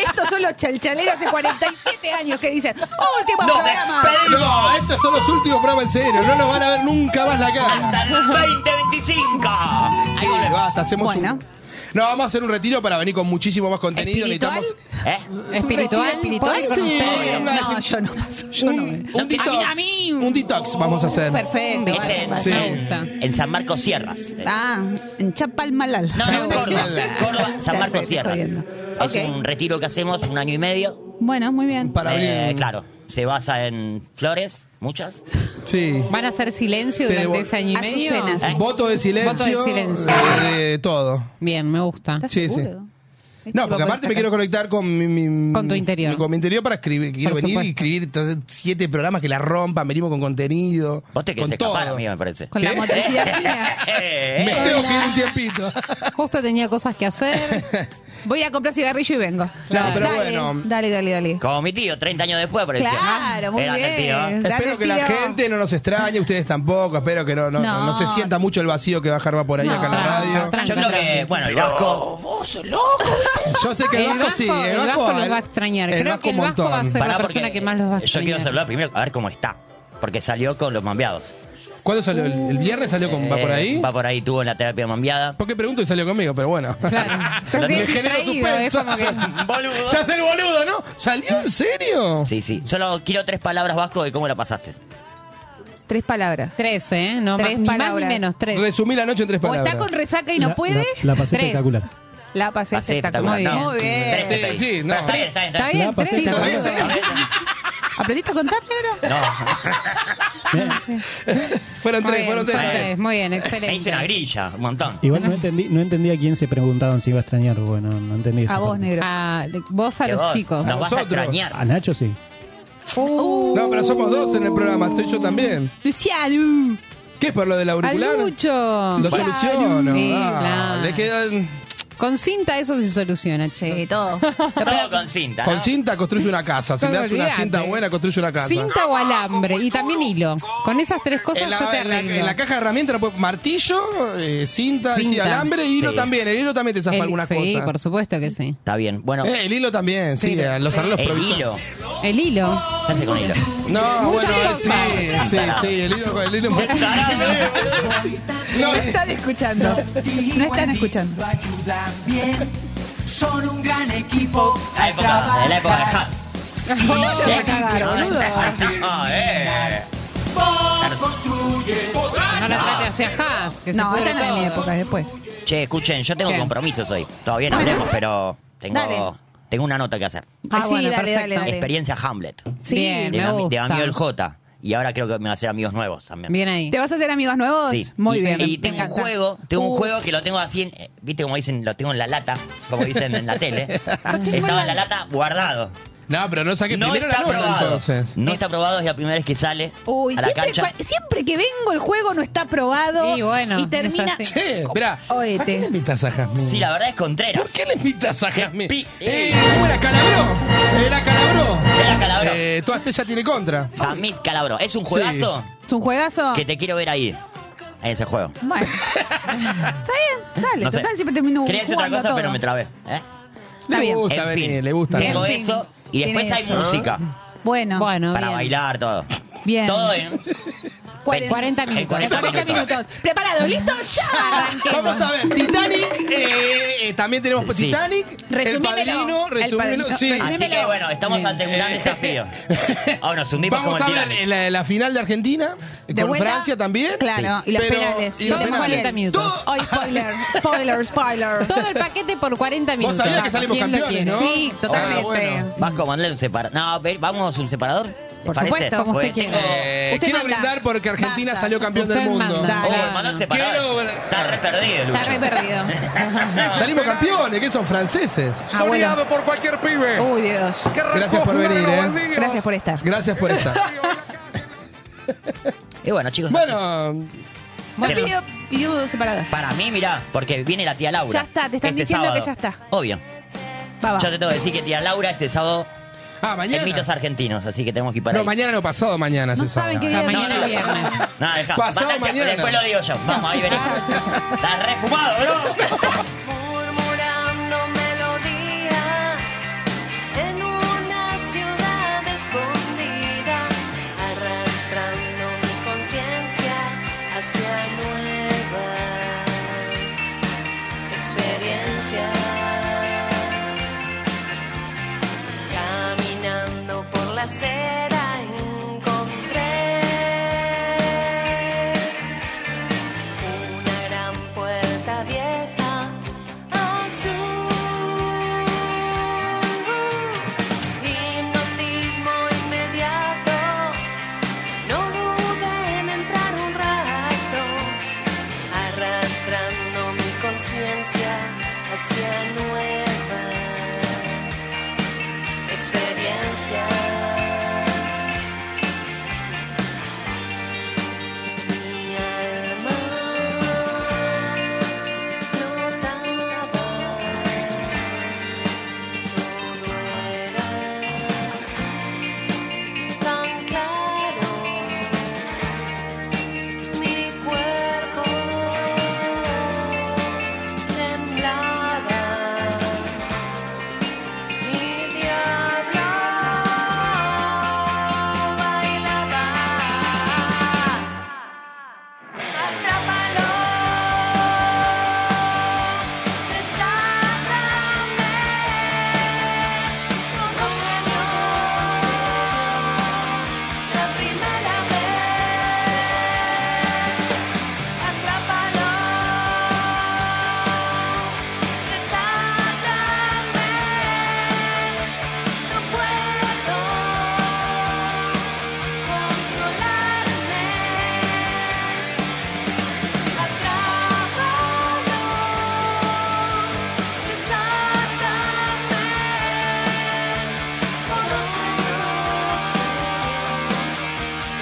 Speaker 7: Estos son los chalchaleros de 47 años que dicen ¡Último
Speaker 2: ¡Nos
Speaker 7: programa!
Speaker 2: despedimos!
Speaker 3: No, estos son los últimos programas en serio. No nos van a ver nunca más la cara.
Speaker 2: ¡Hasta el 2025! Ahí
Speaker 3: Sí,
Speaker 2: volvemos.
Speaker 3: basta, hacemos
Speaker 7: Bueno.
Speaker 3: un... No, vamos a hacer un retiro para venir con muchísimo más contenido.
Speaker 7: ¿Espiritual?
Speaker 3: Necesitamos
Speaker 2: ¿Eh?
Speaker 5: Espiritual,
Speaker 7: espiritual
Speaker 5: ¿puedo ir con
Speaker 3: Sí,
Speaker 5: ustedes?
Speaker 3: una-
Speaker 7: No, yo no paso, yo no.
Speaker 3: un, un
Speaker 2: A mí,
Speaker 3: detox.
Speaker 7: a mí.
Speaker 3: Un detox vamos a hacer.
Speaker 5: Oh, Perfecto,
Speaker 2: Ese-
Speaker 5: vale,
Speaker 3: Sí.
Speaker 5: me gusta.
Speaker 2: En San Marcos Sierras.
Speaker 7: Ah, en Chapalmalal.
Speaker 2: No, no, en
Speaker 3: Chau.
Speaker 2: Córdoba. Córdoba, San Marcos
Speaker 7: Estoy
Speaker 2: Sierras.
Speaker 7: jodiendo.
Speaker 2: Es
Speaker 7: Ok.
Speaker 2: un retiro que hacemos un año y medio.
Speaker 7: Bueno, muy bien.
Speaker 3: Para abrir...
Speaker 2: Eh, claro, se basa en flores, muchas.
Speaker 3: Sí.
Speaker 5: ¿Van a hacer silencio
Speaker 3: Te
Speaker 5: durante
Speaker 3: devo-
Speaker 5: ese año y medio?
Speaker 7: Azucenas.
Speaker 2: ¿Eh?
Speaker 3: Voto de silencio.
Speaker 5: Voto de silencio.
Speaker 3: eh, de todo.
Speaker 5: Bien, me gusta.
Speaker 7: ¿Estás
Speaker 3: Sí,
Speaker 7: seguro? Este
Speaker 3: No,
Speaker 7: tipo
Speaker 3: porque
Speaker 7: puede
Speaker 3: aparte me
Speaker 7: sacar-
Speaker 3: quiero conectar con mi, mi-
Speaker 5: Con tu interior.
Speaker 3: Con mi interior para escribir. Quiero
Speaker 5: Por
Speaker 3: venir y
Speaker 5: supuesto.
Speaker 3: escribir t- siete programas que la rompan, venimos con contenido.
Speaker 2: Vos te querés
Speaker 3: con todo.
Speaker 2: escapar, amigo, me parece.
Speaker 7: Con la
Speaker 3: ¿Qué?
Speaker 7: motricidad fina.
Speaker 3: Me
Speaker 2: Eh,
Speaker 3: tengo que ir un tiempito.
Speaker 5: Justo tenía cosas que hacer.
Speaker 7: Voy a comprar cigarrillo y vengo.
Speaker 3: pero
Speaker 7: dale,
Speaker 3: bueno.
Speaker 7: Dale, dale, dale.
Speaker 2: Como mi tío, 30 años después, por ejemplo.
Speaker 7: Claro, muy
Speaker 2: Era
Speaker 7: bien.
Speaker 2: argentino.
Speaker 7: Dale,
Speaker 3: Espero que la
Speaker 7: tío.
Speaker 3: gente no nos extrañe, ustedes tampoco. Espero que no, no,
Speaker 7: No.
Speaker 3: no se sienta mucho el vacío que va a jarbar por ahí acá en la
Speaker 5: tranca,
Speaker 3: radio.
Speaker 5: tranca,
Speaker 2: Yo creo
Speaker 5: tranca.
Speaker 2: que, bueno, el Vasco.
Speaker 3: Yo sé que el,
Speaker 5: El
Speaker 3: Vasco sí,
Speaker 5: Vasco- el Vasco
Speaker 3: va-
Speaker 5: los va a extrañar.
Speaker 3: el
Speaker 5: Creo
Speaker 3: Vasco
Speaker 5: que el
Speaker 3: un
Speaker 5: Vasco va a
Speaker 3: montón.
Speaker 5: ser- la
Speaker 2: pará,
Speaker 5: persona
Speaker 2: porque
Speaker 5: que más los va a
Speaker 2: Yo
Speaker 5: extrañar.
Speaker 2: quiero saludar primero a ver cómo está. Porque salió con los mambiados.
Speaker 3: ¿Cuándo salió? ¿El, el viernes salió con, va por
Speaker 2: Eh,
Speaker 3: ahí?
Speaker 2: Va por ahí, tuvo la terapia mambiada.
Speaker 3: ¿Por qué pregunto y salió conmigo? Pero bueno.
Speaker 5: Claro. Se
Speaker 3: Me
Speaker 5: siente
Speaker 3: genera
Speaker 5: distraído, es
Speaker 3: suspenso.
Speaker 5: como que-
Speaker 2: Boludo.
Speaker 3: Se hace el boludo, ¿no? ¿Salió en serio?
Speaker 2: Sí, sí. Solo quiero tres palabras, Vasco, de cómo la pasaste.
Speaker 7: Tres palabras.
Speaker 5: Tres, ¿eh? No,
Speaker 7: Tres
Speaker 5: más, ni más ni
Speaker 7: palabras.
Speaker 5: menos, tres.
Speaker 3: Resumí la noche en tres
Speaker 7: O
Speaker 3: palabras.
Speaker 7: está con resaca y no
Speaker 9: La-
Speaker 7: puede.
Speaker 9: La, la pasé
Speaker 5: Tres.
Speaker 9: espectacular.
Speaker 7: La pasé
Speaker 2: Pasé
Speaker 7: espectacular.
Speaker 2: espectacular.
Speaker 7: Muy
Speaker 2: No,
Speaker 7: bien.
Speaker 2: Tres, está bien.
Speaker 3: Sí, sí, no.
Speaker 2: Pero Está bien, está bien.
Speaker 5: Está bien,
Speaker 9: La pasé
Speaker 5: tres.
Speaker 9: tan
Speaker 5: digo,
Speaker 9: bien.
Speaker 5: tres.
Speaker 7: ¿Aprendiste a contar, negro?
Speaker 2: No,
Speaker 3: Fueron
Speaker 5: Muy
Speaker 3: tres,
Speaker 5: bien,
Speaker 3: fueron tres.
Speaker 5: son tres, muy bien,
Speaker 2: me hice una
Speaker 5: excelente.
Speaker 2: grilla, un montón.
Speaker 9: Igual no entendí, no entendí a quién se preguntaban si iba a extrañar. Bueno, no entendí
Speaker 7: A
Speaker 9: esa
Speaker 7: vos,
Speaker 9: parte.
Speaker 7: negro.
Speaker 5: Ah, de- vos a
Speaker 2: Que
Speaker 5: los
Speaker 2: vos
Speaker 5: chicos.
Speaker 2: Nos vas a
Speaker 3: Nosotros.
Speaker 2: extrañar.
Speaker 9: A Nacho sí.
Speaker 5: Uh,
Speaker 3: No, pero somos dos en el programa, estoy yo también.
Speaker 7: Luciano.
Speaker 3: ¿Qué es por lo del
Speaker 5: a
Speaker 3: auricular?
Speaker 5: Lucho.
Speaker 3: Lo soluciono.
Speaker 5: Sí,
Speaker 3: Ah,
Speaker 5: claro.
Speaker 3: Le quedan.
Speaker 5: Con cinta eso se soluciona,
Speaker 7: Sí,
Speaker 5: che.
Speaker 7: todo.
Speaker 2: Todo con cinta. ¿no?
Speaker 3: Con cinta construye una casa. Si
Speaker 5: Todo
Speaker 3: le das una
Speaker 5: olvidate.
Speaker 3: cinta buena, construye una casa.
Speaker 5: Cinta o alambre. Y también hilo. Con esas tres cosas
Speaker 3: En la,
Speaker 5: yo te
Speaker 3: en la-
Speaker 5: arreglo.
Speaker 3: en la caja de herramientas, no puede- martillo, eh, cinta, sí,
Speaker 5: Cinta.
Speaker 3: alambre, hilo
Speaker 2: Sí.
Speaker 3: también. El hilo también te zafa
Speaker 5: El-
Speaker 3: algunas
Speaker 5: sí,
Speaker 3: cosas.
Speaker 5: por supuesto que sí.
Speaker 2: Está bien. Bueno,
Speaker 3: Eh, el hilo también, sí,
Speaker 5: Sí.
Speaker 3: eh, los arreglos
Speaker 2: el
Speaker 3: provisorios.
Speaker 2: hilo.
Speaker 5: El hilo.
Speaker 2: ¿Qué hace con hilo?
Speaker 3: No,
Speaker 5: Muchas
Speaker 3: bueno, eh,
Speaker 5: cosas.
Speaker 3: sí, sí, sí, el hilo, el hilo. No,
Speaker 7: No
Speaker 3: eh,
Speaker 7: están escuchando. No están escuchando.
Speaker 1: Ayudan bien, son un gran equipo.
Speaker 2: La época, de la época de Haas.
Speaker 7: Se va a cagar, boludo.
Speaker 2: Ah, eh.
Speaker 5: No la trate hacia Haas, que
Speaker 7: No,
Speaker 5: se
Speaker 7: esta
Speaker 5: pudre
Speaker 7: no Ah, es mi
Speaker 5: todo.
Speaker 7: época, después.
Speaker 2: Che, escuchen, yo tengo
Speaker 5: ¿Qué?
Speaker 2: compromisos hoy. Todavía no hablemos, pero tengo
Speaker 7: Dale.
Speaker 2: Tengo una nota que hacer.
Speaker 7: Ah,
Speaker 5: Ah,
Speaker 7: sí,
Speaker 5: bueno,
Speaker 7: dale, dale,
Speaker 5: perfecto.
Speaker 7: dale.
Speaker 2: Experiencia Hamlet.
Speaker 7: Sí.
Speaker 5: Bien,
Speaker 2: De,
Speaker 5: me
Speaker 2: mi ami- de
Speaker 5: gusta.
Speaker 2: amigo el J. Y ahora creo que me va a hacer amigos nuevos también.
Speaker 5: Bien ahí.
Speaker 7: ¿Te vas a hacer amigos nuevos?
Speaker 2: Sí.
Speaker 7: Muy
Speaker 2: y,
Speaker 7: bien.
Speaker 2: Y
Speaker 7: me
Speaker 2: tengo un
Speaker 7: encanta.
Speaker 2: juego, tengo un
Speaker 7: Uh,
Speaker 2: juego que lo tengo así, en- eh, viste como dicen, lo tengo en la lata, como dicen en la tele.
Speaker 7: Ah,
Speaker 2: Estaba en la lata guardado.
Speaker 3: No, pero no saqué
Speaker 2: No
Speaker 3: primero
Speaker 2: está
Speaker 3: la nota,
Speaker 2: aprobado.
Speaker 3: entonces.
Speaker 2: No está aprobado, es la primera vez que sale
Speaker 7: Uy,
Speaker 2: a la
Speaker 7: siempre,
Speaker 2: cancha.
Speaker 7: cua- siempre que vengo el juego no está aprobado
Speaker 5: Y bueno,
Speaker 7: y termina
Speaker 5: es así.
Speaker 3: Che, espera. ¿Por qué le
Speaker 7: oete.
Speaker 3: invitas a Jazmín?
Speaker 2: Sí, la verdad es Contreras.
Speaker 3: ¿Por qué le invitas a Jazmín?
Speaker 2: Pi-
Speaker 3: ¡Eh! ¿Cómo era? ¿Calabró? ¿Era Calabró?
Speaker 2: Era Calabró.
Speaker 3: Eh, toda estrella tiene contra.
Speaker 2: Samit Calabro. Es un juegazo
Speaker 7: ¿Es un juegazo?
Speaker 2: que te quiero ver ahí, en ese juego.
Speaker 7: Bueno. está bien, dale.
Speaker 2: No sé.
Speaker 7: total, siempre termino
Speaker 2: Quería decir otra
Speaker 7: jugando
Speaker 2: cosa,
Speaker 7: a
Speaker 2: pero
Speaker 7: todo.
Speaker 2: me trabé. ¿eh?
Speaker 7: Está
Speaker 3: Le
Speaker 7: bien.
Speaker 3: gusta,
Speaker 2: En
Speaker 3: Beni,
Speaker 2: fin,
Speaker 3: le gusta.
Speaker 2: Tengo
Speaker 5: En fin,
Speaker 2: eso y
Speaker 5: tiene
Speaker 2: después hay
Speaker 5: eso.
Speaker 2: música
Speaker 7: Bueno,
Speaker 5: Bueno,
Speaker 2: para
Speaker 5: bien.
Speaker 2: bailar, todo.
Speaker 7: bien.
Speaker 2: Todo en...
Speaker 5: 40
Speaker 2: en
Speaker 5: minutos.
Speaker 2: 40
Speaker 7: 40 minutos. ¿Preparados? ¿Listos? ¡Ya!
Speaker 3: Vamos a ver, Titanic, eh, eh, también tenemos
Speaker 2: Sí.
Speaker 3: Titanic, El
Speaker 7: Resumímelo.
Speaker 3: Padrino,
Speaker 7: El
Speaker 3: resumímelo,
Speaker 7: Padrino, Ah,
Speaker 3: sí.
Speaker 7: resumí-
Speaker 2: Así que
Speaker 7: Dímelo.
Speaker 2: bueno, estamos ante un gran
Speaker 3: Eh,
Speaker 2: desafío. Ahora nos hundimos
Speaker 3: Vamos
Speaker 2: como
Speaker 3: a
Speaker 2: el
Speaker 3: ver
Speaker 2: Titanic.
Speaker 3: eh, la, la final de Argentina, eh,
Speaker 7: ¿De
Speaker 3: con
Speaker 7: vuelta?
Speaker 3: Francia también.
Speaker 7: Claro, y los penales.
Speaker 3: Y
Speaker 7: Y
Speaker 3: los
Speaker 7: tenemos
Speaker 3: penales.
Speaker 5: 40 minutos.
Speaker 3: Todo-
Speaker 7: Hoy, spoiler, spoiler, spoiler.
Speaker 5: Todo el paquete por 40
Speaker 3: Vos
Speaker 5: minutos.
Speaker 3: sabías que salimos
Speaker 5: ¿Quién lo
Speaker 3: campeones,
Speaker 5: quiere?
Speaker 3: ¿no?
Speaker 7: Sí, totalmente.
Speaker 3: Ah, bueno.
Speaker 2: Vasco, mandale un separador. No, ve- vamos un separador. ¿Te
Speaker 7: Por
Speaker 2: parece?
Speaker 7: supuesto, como
Speaker 2: Porque
Speaker 5: usted quiera.
Speaker 2: tengo-
Speaker 3: Eh,
Speaker 7: Usted
Speaker 3: quiero
Speaker 7: manda.
Speaker 3: brindar porque Argentina
Speaker 7: Basta.
Speaker 3: salió campeón
Speaker 5: Usted
Speaker 3: del mundo.
Speaker 5: manda.
Speaker 2: Oh,
Speaker 5: Dale.
Speaker 2: mandá un separador.
Speaker 3: Quiero-
Speaker 2: Está re perdido, Lucho.
Speaker 5: Está re perdido.
Speaker 3: Salimos campeones, que son franceses.
Speaker 7: Abuelo.
Speaker 10: Soñado por cualquier pibe.
Speaker 7: Ah, Uy, Dios.
Speaker 10: Que arrancó
Speaker 3: Gracias por
Speaker 10: jugando
Speaker 3: venir,
Speaker 10: los
Speaker 3: eh.
Speaker 10: bandidos.
Speaker 7: Gracias por estar.
Speaker 3: Gracias por estar.
Speaker 2: Y bueno, chicos.
Speaker 3: Bueno,
Speaker 7: Bueno,
Speaker 2: Sí.
Speaker 7: pidió, pidió separada.
Speaker 2: Para mí, mirá, porque viene la tía Laura.
Speaker 7: Ya está, te están
Speaker 2: este
Speaker 7: diciendo
Speaker 2: sábado.
Speaker 7: que ya está.
Speaker 2: Obvio.
Speaker 7: Va, va.
Speaker 2: Yo te tengo que decir que tía Laura este sábado
Speaker 3: ah,
Speaker 2: en Mitos
Speaker 3: mañana.
Speaker 2: Argentinos, así que tenemos que ir para
Speaker 3: No,
Speaker 2: ahí.
Speaker 3: mañana no, pasado mañana.
Speaker 5: No
Speaker 3: se sabe.
Speaker 5: saben qué
Speaker 2: No,
Speaker 5: día mañana
Speaker 2: no,
Speaker 5: es viernes.
Speaker 2: No, dejá.
Speaker 3: Pasado
Speaker 2: Mandá el separador,
Speaker 3: mañana.
Speaker 2: Después lo digo yo. Vamos, ahí venimos. Estás re fumado, bro.
Speaker 1: Murmurando melodías en una ciudad escondida, arrastrando mi conciencia hacia nuevas experiencias. Caminando por la acera encontré una gran puerta vieja azul, hipnotismo inmediato, no dudé en entrar un rato, arrastrando mi conciencia hacia nuevas experiencias. Mi alma flotaba, todo era tan claro. Mi cuerpo temblaba, mi diablo bailaba. Atrápalo, desátame, conócenos la primera vez. Atrápalo, desátame, no puedo controlarme. Atrápalo, desátame, conócenos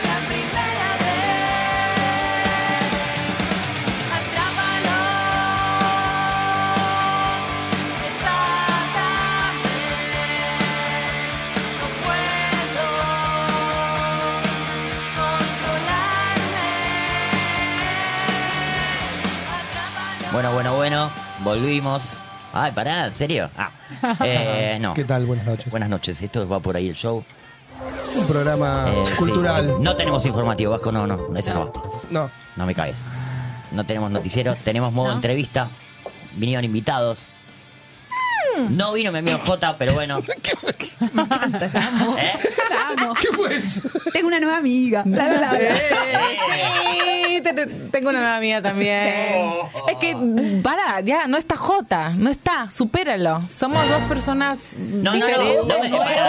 Speaker 1: la primera vez. Atrápalo, desátame, no puedo controlarme.
Speaker 2: Bueno, bueno, bueno. Volvimos. Ay, pará, ¿en serio? Ah. Eh, no.
Speaker 3: ¿Qué tal? Buenas noches.
Speaker 2: Buenas noches. Esto va por ahí el show.
Speaker 3: Un programa
Speaker 2: Eh, sí.
Speaker 3: Ah, cultural.
Speaker 2: No tenemos informativo, Vasco. No, no. Eso no va.
Speaker 3: No.
Speaker 2: No me caes. No tenemos noticiero, tenemos modo entrevista. Vinieron invitados. No vino mi amigo J, pero bueno. ¿Eh?
Speaker 7: Vamos.
Speaker 3: ¿Qué fue eso?
Speaker 7: Tengo una nueva amiga. La, la, la.
Speaker 2: Eh.
Speaker 7: Sí, te- te- tengo una nueva amiga también.
Speaker 2: Oh,
Speaker 7: Es que, para, ya, no está Jota, no está, supéralo. Somos dos personas
Speaker 2: No, no, no, no,
Speaker 7: diferentes.
Speaker 2: me- bueno,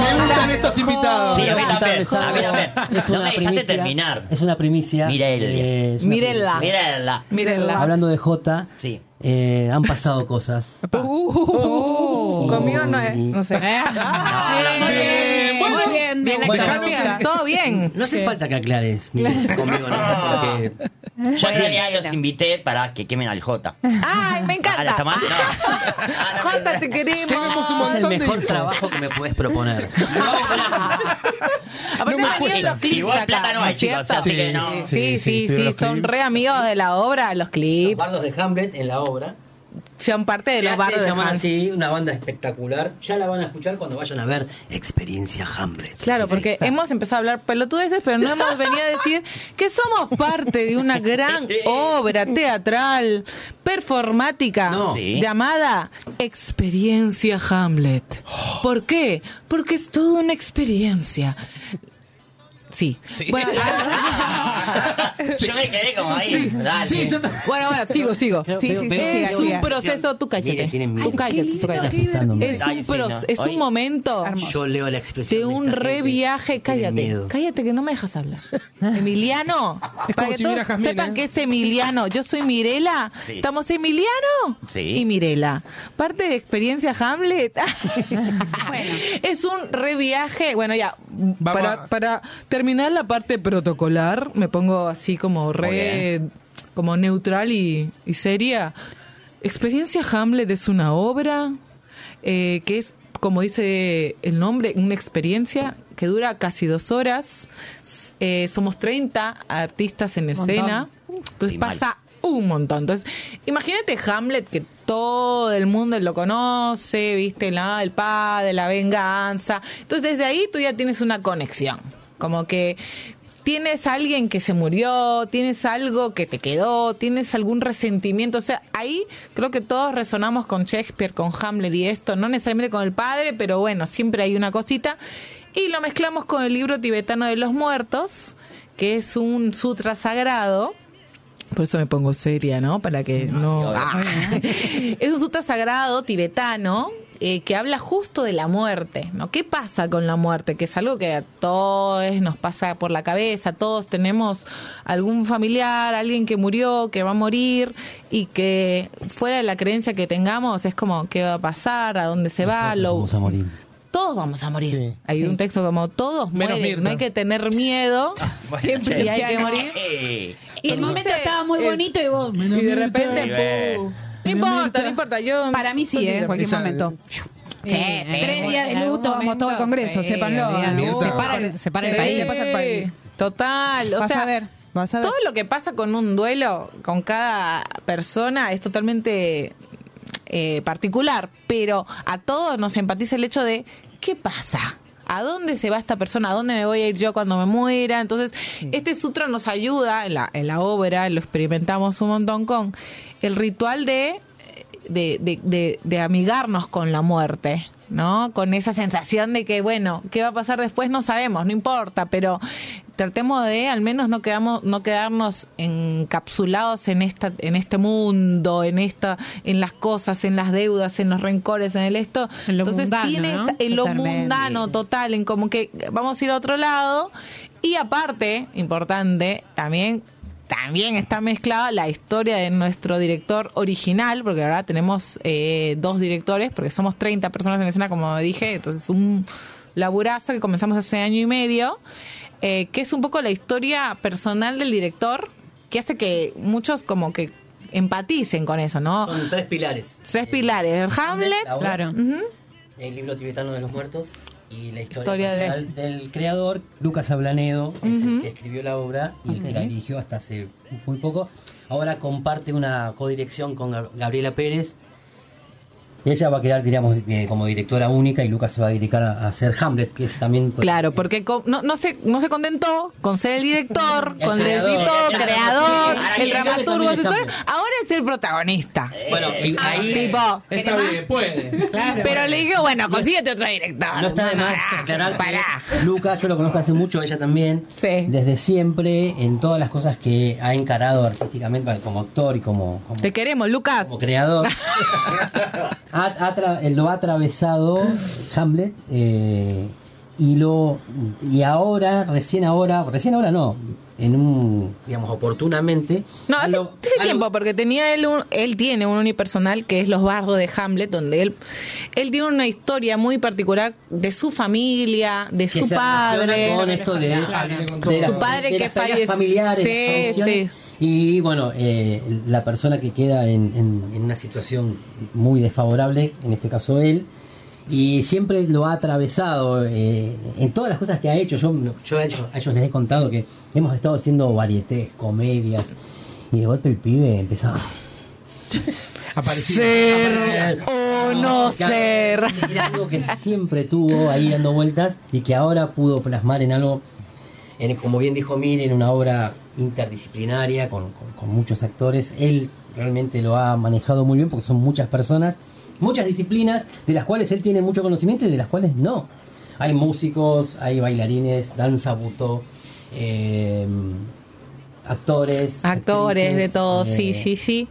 Speaker 3: Me gustan estos invitados.
Speaker 2: Sí, a mí también,
Speaker 9: Está
Speaker 2: a mí también.
Speaker 9: Es
Speaker 2: No me
Speaker 9: una
Speaker 2: dejaste
Speaker 9: primicia,
Speaker 2: terminar.
Speaker 9: Es una primicia.
Speaker 2: Mirelia.
Speaker 9: eh, es una
Speaker 7: Mirela.
Speaker 9: primicia.
Speaker 2: Mírenla.
Speaker 7: Mírenla.
Speaker 9: Hablando de J,
Speaker 2: Sí.
Speaker 9: eh, han pasado cosas.
Speaker 7: Conmigo no es, no sé.
Speaker 2: No, no,
Speaker 3: Bien, bueno,
Speaker 4: Muy bien,
Speaker 5: Bien la
Speaker 9: Bueno,
Speaker 5: aclaración.
Speaker 7: Todo bien.
Speaker 9: No hace falta que aclares. Miguel, Conmigo no. porque-
Speaker 2: no. Yo en realidad los invité para que quemen al J.
Speaker 7: Ay, me
Speaker 2: Ah, ¿la
Speaker 7: encanta.
Speaker 2: está mal? No. Ah, no, no,
Speaker 7: Jota,
Speaker 2: no.
Speaker 7: te queremos.
Speaker 3: Tenemos un
Speaker 9: Es el
Speaker 3: montón de
Speaker 9: mejor
Speaker 3: hijos.
Speaker 9: trabajo que me puedes proponer.
Speaker 7: Aparte
Speaker 3: me
Speaker 7: han venido
Speaker 3: cuesta.
Speaker 7: los clips
Speaker 2: Igual
Speaker 7: acá,
Speaker 2: plata no hay,
Speaker 7: es cierto?
Speaker 2: chicos, así que no.
Speaker 3: Sí,
Speaker 7: Sí, sí,
Speaker 3: sí,
Speaker 7: sí,
Speaker 3: pero los
Speaker 7: son
Speaker 3: clips-
Speaker 7: re amigos de la obra, los clips.
Speaker 9: Bardos de Hamlet en la obra.
Speaker 7: Son parte de
Speaker 9: Se
Speaker 7: los
Speaker 9: hace
Speaker 7: barrios de
Speaker 9: llamar
Speaker 7: Hans.
Speaker 9: así, una banda espectacular. Ya la van a escuchar cuando vayan a ver Experiencia Hamlet.
Speaker 7: Claro, porque hemos empezado a hablar pelotudeces, pero no hemos venido a decir que somos parte de una gran obra teatral, performática,
Speaker 9: No.
Speaker 2: Sí.
Speaker 7: llamada Experiencia Hamlet. ¿Por qué? Porque es toda una experiencia. Sí. Bueno,
Speaker 2: Yo me quedé como ahí. Dale.
Speaker 3: Sí, yo
Speaker 7: bueno, bueno, sigo, sigo.
Speaker 9: Creo-
Speaker 7: Sí,
Speaker 9: veo-
Speaker 7: sí,
Speaker 9: veo-
Speaker 7: sí, es
Speaker 9: veo-
Speaker 7: un
Speaker 9: veo-
Speaker 7: proceso, tú cállate.
Speaker 9: Mire, tienen miedo.
Speaker 7: Tú cállate, tú
Speaker 9: Están
Speaker 7: cállate.
Speaker 9: asustándome.
Speaker 7: Es
Speaker 2: Ay,
Speaker 7: un,
Speaker 2: sí,
Speaker 7: proce-
Speaker 2: no.
Speaker 7: es
Speaker 2: Ay.
Speaker 7: un momento
Speaker 9: Yo leo la expresión.
Speaker 7: de un re viaje. Cállate, cállate que no me dejas hablar. Emiliano,
Speaker 3: Es
Speaker 7: para
Speaker 3: como
Speaker 7: que
Speaker 3: si
Speaker 7: todos
Speaker 3: viera Jazmín,
Speaker 7: sepan
Speaker 3: ¿eh?
Speaker 7: que es Emiliano. Yo soy Mirela.
Speaker 2: Sí.
Speaker 7: Estamos Emiliano
Speaker 2: Sí.
Speaker 7: y Mirela. Parte de Experiencia Hamlet. Es un re viaje. Bueno, ya,
Speaker 3: Vamos
Speaker 7: para,
Speaker 3: a-
Speaker 7: para terminar la parte protocolar, me pongo así como re, como neutral y, y seria. Experiencia Hamlet es una obra eh, que es, como dice el nombre, una experiencia que dura casi dos horas. Eh, somos 30 artistas en
Speaker 5: Montón.
Speaker 7: escena. Entonces
Speaker 2: Y mal.
Speaker 7: pasa un montón. Entonces, imagínate Hamlet que todo el mundo lo conoce, viste, la el padre, la venganza. Entonces, desde ahí tú ya tienes una conexión. Como que tienes a alguien que se murió, tienes algo que te quedó, tienes algún resentimiento. O sea, ahí creo que todos resonamos con Shakespeare, con Hamlet y esto, no necesariamente con el padre, pero bueno, siempre hay una cosita. Y lo mezclamos con el libro tibetano de los muertos, que es un sutra sagrado. Por eso me pongo seria, ¿no? Para que no... Ah. Es un sutra sagrado tibetano eh, que habla justo de la muerte, ¿no? ¿Qué pasa con la muerte? Que es algo que a todos nos pasa por la cabeza, todos tenemos algún familiar, alguien que murió, que va a morir y que fuera de la creencia que tengamos es como, ¿qué va a pasar? ¿A dónde se va? Lo-
Speaker 9: Vamos a morir.
Speaker 7: Todos vamos a morir.
Speaker 3: Sí.
Speaker 7: Hay un texto como todos
Speaker 3: Menos
Speaker 7: mueren,
Speaker 3: Mirta.
Speaker 7: no hay que tener miedo.
Speaker 2: Bueno,
Speaker 7: Siempre
Speaker 2: che.
Speaker 7: hay que morir.
Speaker 2: Eh,
Speaker 5: Y el momento estaba muy bonito y vos.
Speaker 7: Y de repente,
Speaker 2: eh,
Speaker 7: ¡pum! no importa, no importa, yo...
Speaker 4: Para mí sí, ¿eh? en cualquier
Speaker 3: Ella-
Speaker 4: momento.
Speaker 5: Eh,
Speaker 4: Tres
Speaker 5: eh,
Speaker 4: días de
Speaker 5: en algún
Speaker 4: luto, vamos
Speaker 5: momento,
Speaker 4: todo el Congreso,
Speaker 5: sí,
Speaker 4: sépanlo.
Speaker 5: olvidate.
Speaker 3: Mierda.
Speaker 5: Se para el- se para el
Speaker 7: Sí.
Speaker 5: país.
Speaker 4: Le pasa al país.
Speaker 7: Total, o
Speaker 4: Vas
Speaker 7: sea,
Speaker 4: a ver, vas a ver.
Speaker 7: todo lo que pasa con un duelo, con cada persona, es totalmente eh, particular, pero a todos nos empatiza el hecho de qué pasa. ¿A dónde se va esta persona? ¿A dónde me voy a ir yo cuando me muera? Entonces, este sutra nos ayuda en la, en la obra, lo experimentamos un montón con el ritual de de, de, de- de amigarnos con la muerte, ¿no? Con esa sensación de que, bueno, ¿qué va a pasar después? No sabemos, no importa, pero tratemos de al menos no, quedamos, no quedarnos encapsulados en, esta, en este mundo, en, esta, en las cosas, en las deudas, en los rencores, en el esto.
Speaker 5: En lo
Speaker 7: Entonces
Speaker 5: mundano,
Speaker 7: tienes
Speaker 5: ¿no?
Speaker 7: en lo
Speaker 4: Totalmente.
Speaker 7: mundano total, en como que vamos a ir a otro lado. Y aparte, importante, también también está mezclada la historia de nuestro director original, porque ahora tenemos eh, dos directores, porque somos 30 personas en escena, como dije, entonces un laburazo que comenzamos hace año y medio, eh, que es un poco la historia personal del director, que hace que muchos como que empaticen con eso, ¿no?
Speaker 9: Son tres pilares.
Speaker 7: Tres pilares, el Hamlet,
Speaker 9: La obra,
Speaker 5: Claro.
Speaker 7: ujú,
Speaker 9: El libro tibetano de los muertos y la historia,
Speaker 7: Historia de-
Speaker 9: personal del creador, Lucas Ablanedo, es el que escribió la obra y el que la dirigió hasta hace muy poco. Ahora comparte una codirección con Gab- Gabriela Pérez. Ella va a quedar, diríamos, eh, como directora única y Lucas se va a dedicar a, a hacer Hamlet, que es también... pues,
Speaker 7: Claro, porque co- no, no, se, no se contentó con ser el director,
Speaker 9: El
Speaker 7: con el
Speaker 9: creador.
Speaker 7: escritor,
Speaker 9: El
Speaker 7: creador,
Speaker 9: creador.
Speaker 7: el
Speaker 9: Ahora,
Speaker 7: dramaturgo,
Speaker 9: el director
Speaker 7: escritor.
Speaker 9: también.
Speaker 7: ahora es es el protagonista.
Speaker 9: Bueno, y ahí-
Speaker 7: Tipo,
Speaker 3: Está bien, puede.
Speaker 7: pero le dije, bueno, consíguete otro director.
Speaker 9: No está de más
Speaker 7: Pará,
Speaker 9: aclarar que
Speaker 7: pará.
Speaker 9: Luca, yo lo conozco hace mucho, ella también. Desde siempre, en todas las cosas que ha encarado artísticamente como actor y como, como
Speaker 7: Te queremos, Lucas.
Speaker 9: creador, ha- ha tra- lo ha atravesado Hamlet eh, y lo y ahora, recién ahora, recién ahora no, en un, digamos, oportunamente,
Speaker 7: No, hace, hace tiempo, porque tenía él un- él tiene un unipersonal que es Los Bardos de Hamlet, donde él él tiene una historia muy particular de su familia, de
Speaker 9: que
Speaker 7: su
Speaker 9: se relaciona
Speaker 7: padre.
Speaker 9: con esto de,
Speaker 7: todo.
Speaker 9: de las-
Speaker 7: Su padre
Speaker 9: de
Speaker 7: que
Speaker 9: las peleas
Speaker 7: fallece-
Speaker 9: familiares,
Speaker 7: sí,
Speaker 9: las
Speaker 7: sí.
Speaker 9: traiciones. y bueno eh, la persona que queda en, en- en una situación muy desfavorable en este caso él y siempre lo ha atravesado eh, en todas las cosas que ha hecho yo, yo a, ellos, a ellos les he contado que hemos estado haciendo varietés comedias y de golpe el pibe empezaba
Speaker 7: Ser o no
Speaker 9: Claro,
Speaker 7: ser.
Speaker 9: Era algo que siempre tuvo ahí dando vueltas y que ahora pudo plasmar en algo, en, como bien dijo Mir, en una obra interdisciplinaria con, con- con muchos actores. Él realmente lo ha manejado muy bien porque son muchas personas, muchas disciplinas de las cuales él tiene mucho conocimiento y de las cuales no. Hay músicos, hay bailarines, danza buto, eh, actores.
Speaker 7: Actores, de
Speaker 9: actrices,
Speaker 7: todo,
Speaker 9: eh,
Speaker 7: sí, sí, sí.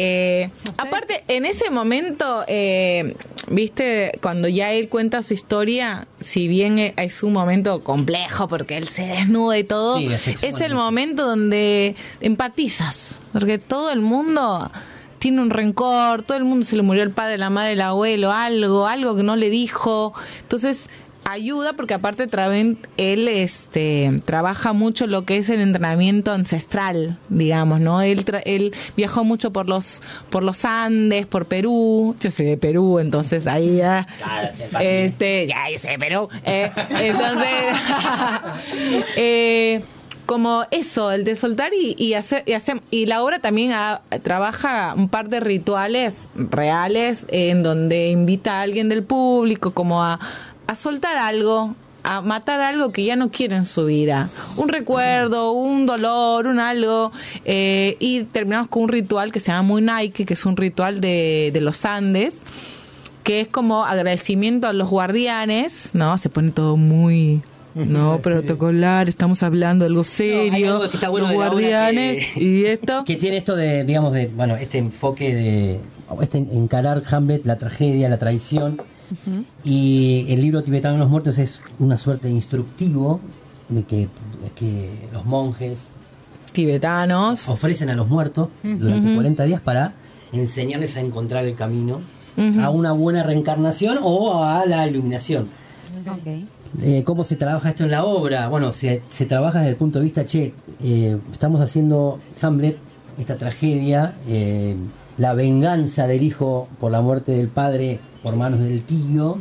Speaker 7: Eh, aparte, en ese momento, eh, viste, cuando ya él cuenta su historia, si bien e- es un momento complejo porque él se desnuda y todo,
Speaker 11: Sí,
Speaker 7: es el
Speaker 11: asexualmente.
Speaker 7: momento donde eh, empatizas, porque todo el mundo tiene un rencor, todo el mundo se le murió el padre, la madre, el abuelo, algo, algo que no le dijo. Entonces, ayuda porque aparte traben- él este trabaja mucho lo que es el entrenamiento ancestral digamos no él tra- él viajó mucho por los por los Andes por Perú yo soy de Perú entonces ahí ya este ya yo soy de Perú Eh, entonces eh, como eso, el de soltar y, y hacer y hacer- y la obra también ha- trabaja un par de rituales reales eh, en donde invita a alguien del público como a, a soltar algo, a matar algo que ya no quiere en su vida, un recuerdo, un dolor, un algo eh, y terminamos con un ritual que se llama Muy Nike, que es un ritual de, de los Andes que es como agradecimiento a los guardianes, ¿no? Se pone todo muy no protocolar, estamos hablando de algo serio,
Speaker 9: algo que está bueno
Speaker 7: los
Speaker 9: de la obra
Speaker 7: guardianes
Speaker 9: que-
Speaker 7: y esto.
Speaker 9: que tiene esto de, digamos, de, bueno, este enfoque de este encarar Hamlet, la tragedia, la traición. Y el libro tibetano de los muertos es una suerte de instructivo de que, de que los monjes
Speaker 7: tibetanos
Speaker 9: ofrecen a los muertos durante
Speaker 7: Ujú.
Speaker 9: 40 días para enseñarles a encontrar el camino
Speaker 7: Ujú.
Speaker 9: a una buena reencarnación o a la iluminación. Eh, ¿Cómo se trabaja esto en la obra? Bueno, se, se trabaja desde el punto de vista, che, eh, estamos haciendo Hamlet, esta tragedia, eh, la venganza del hijo por la muerte del padre por manos del tío.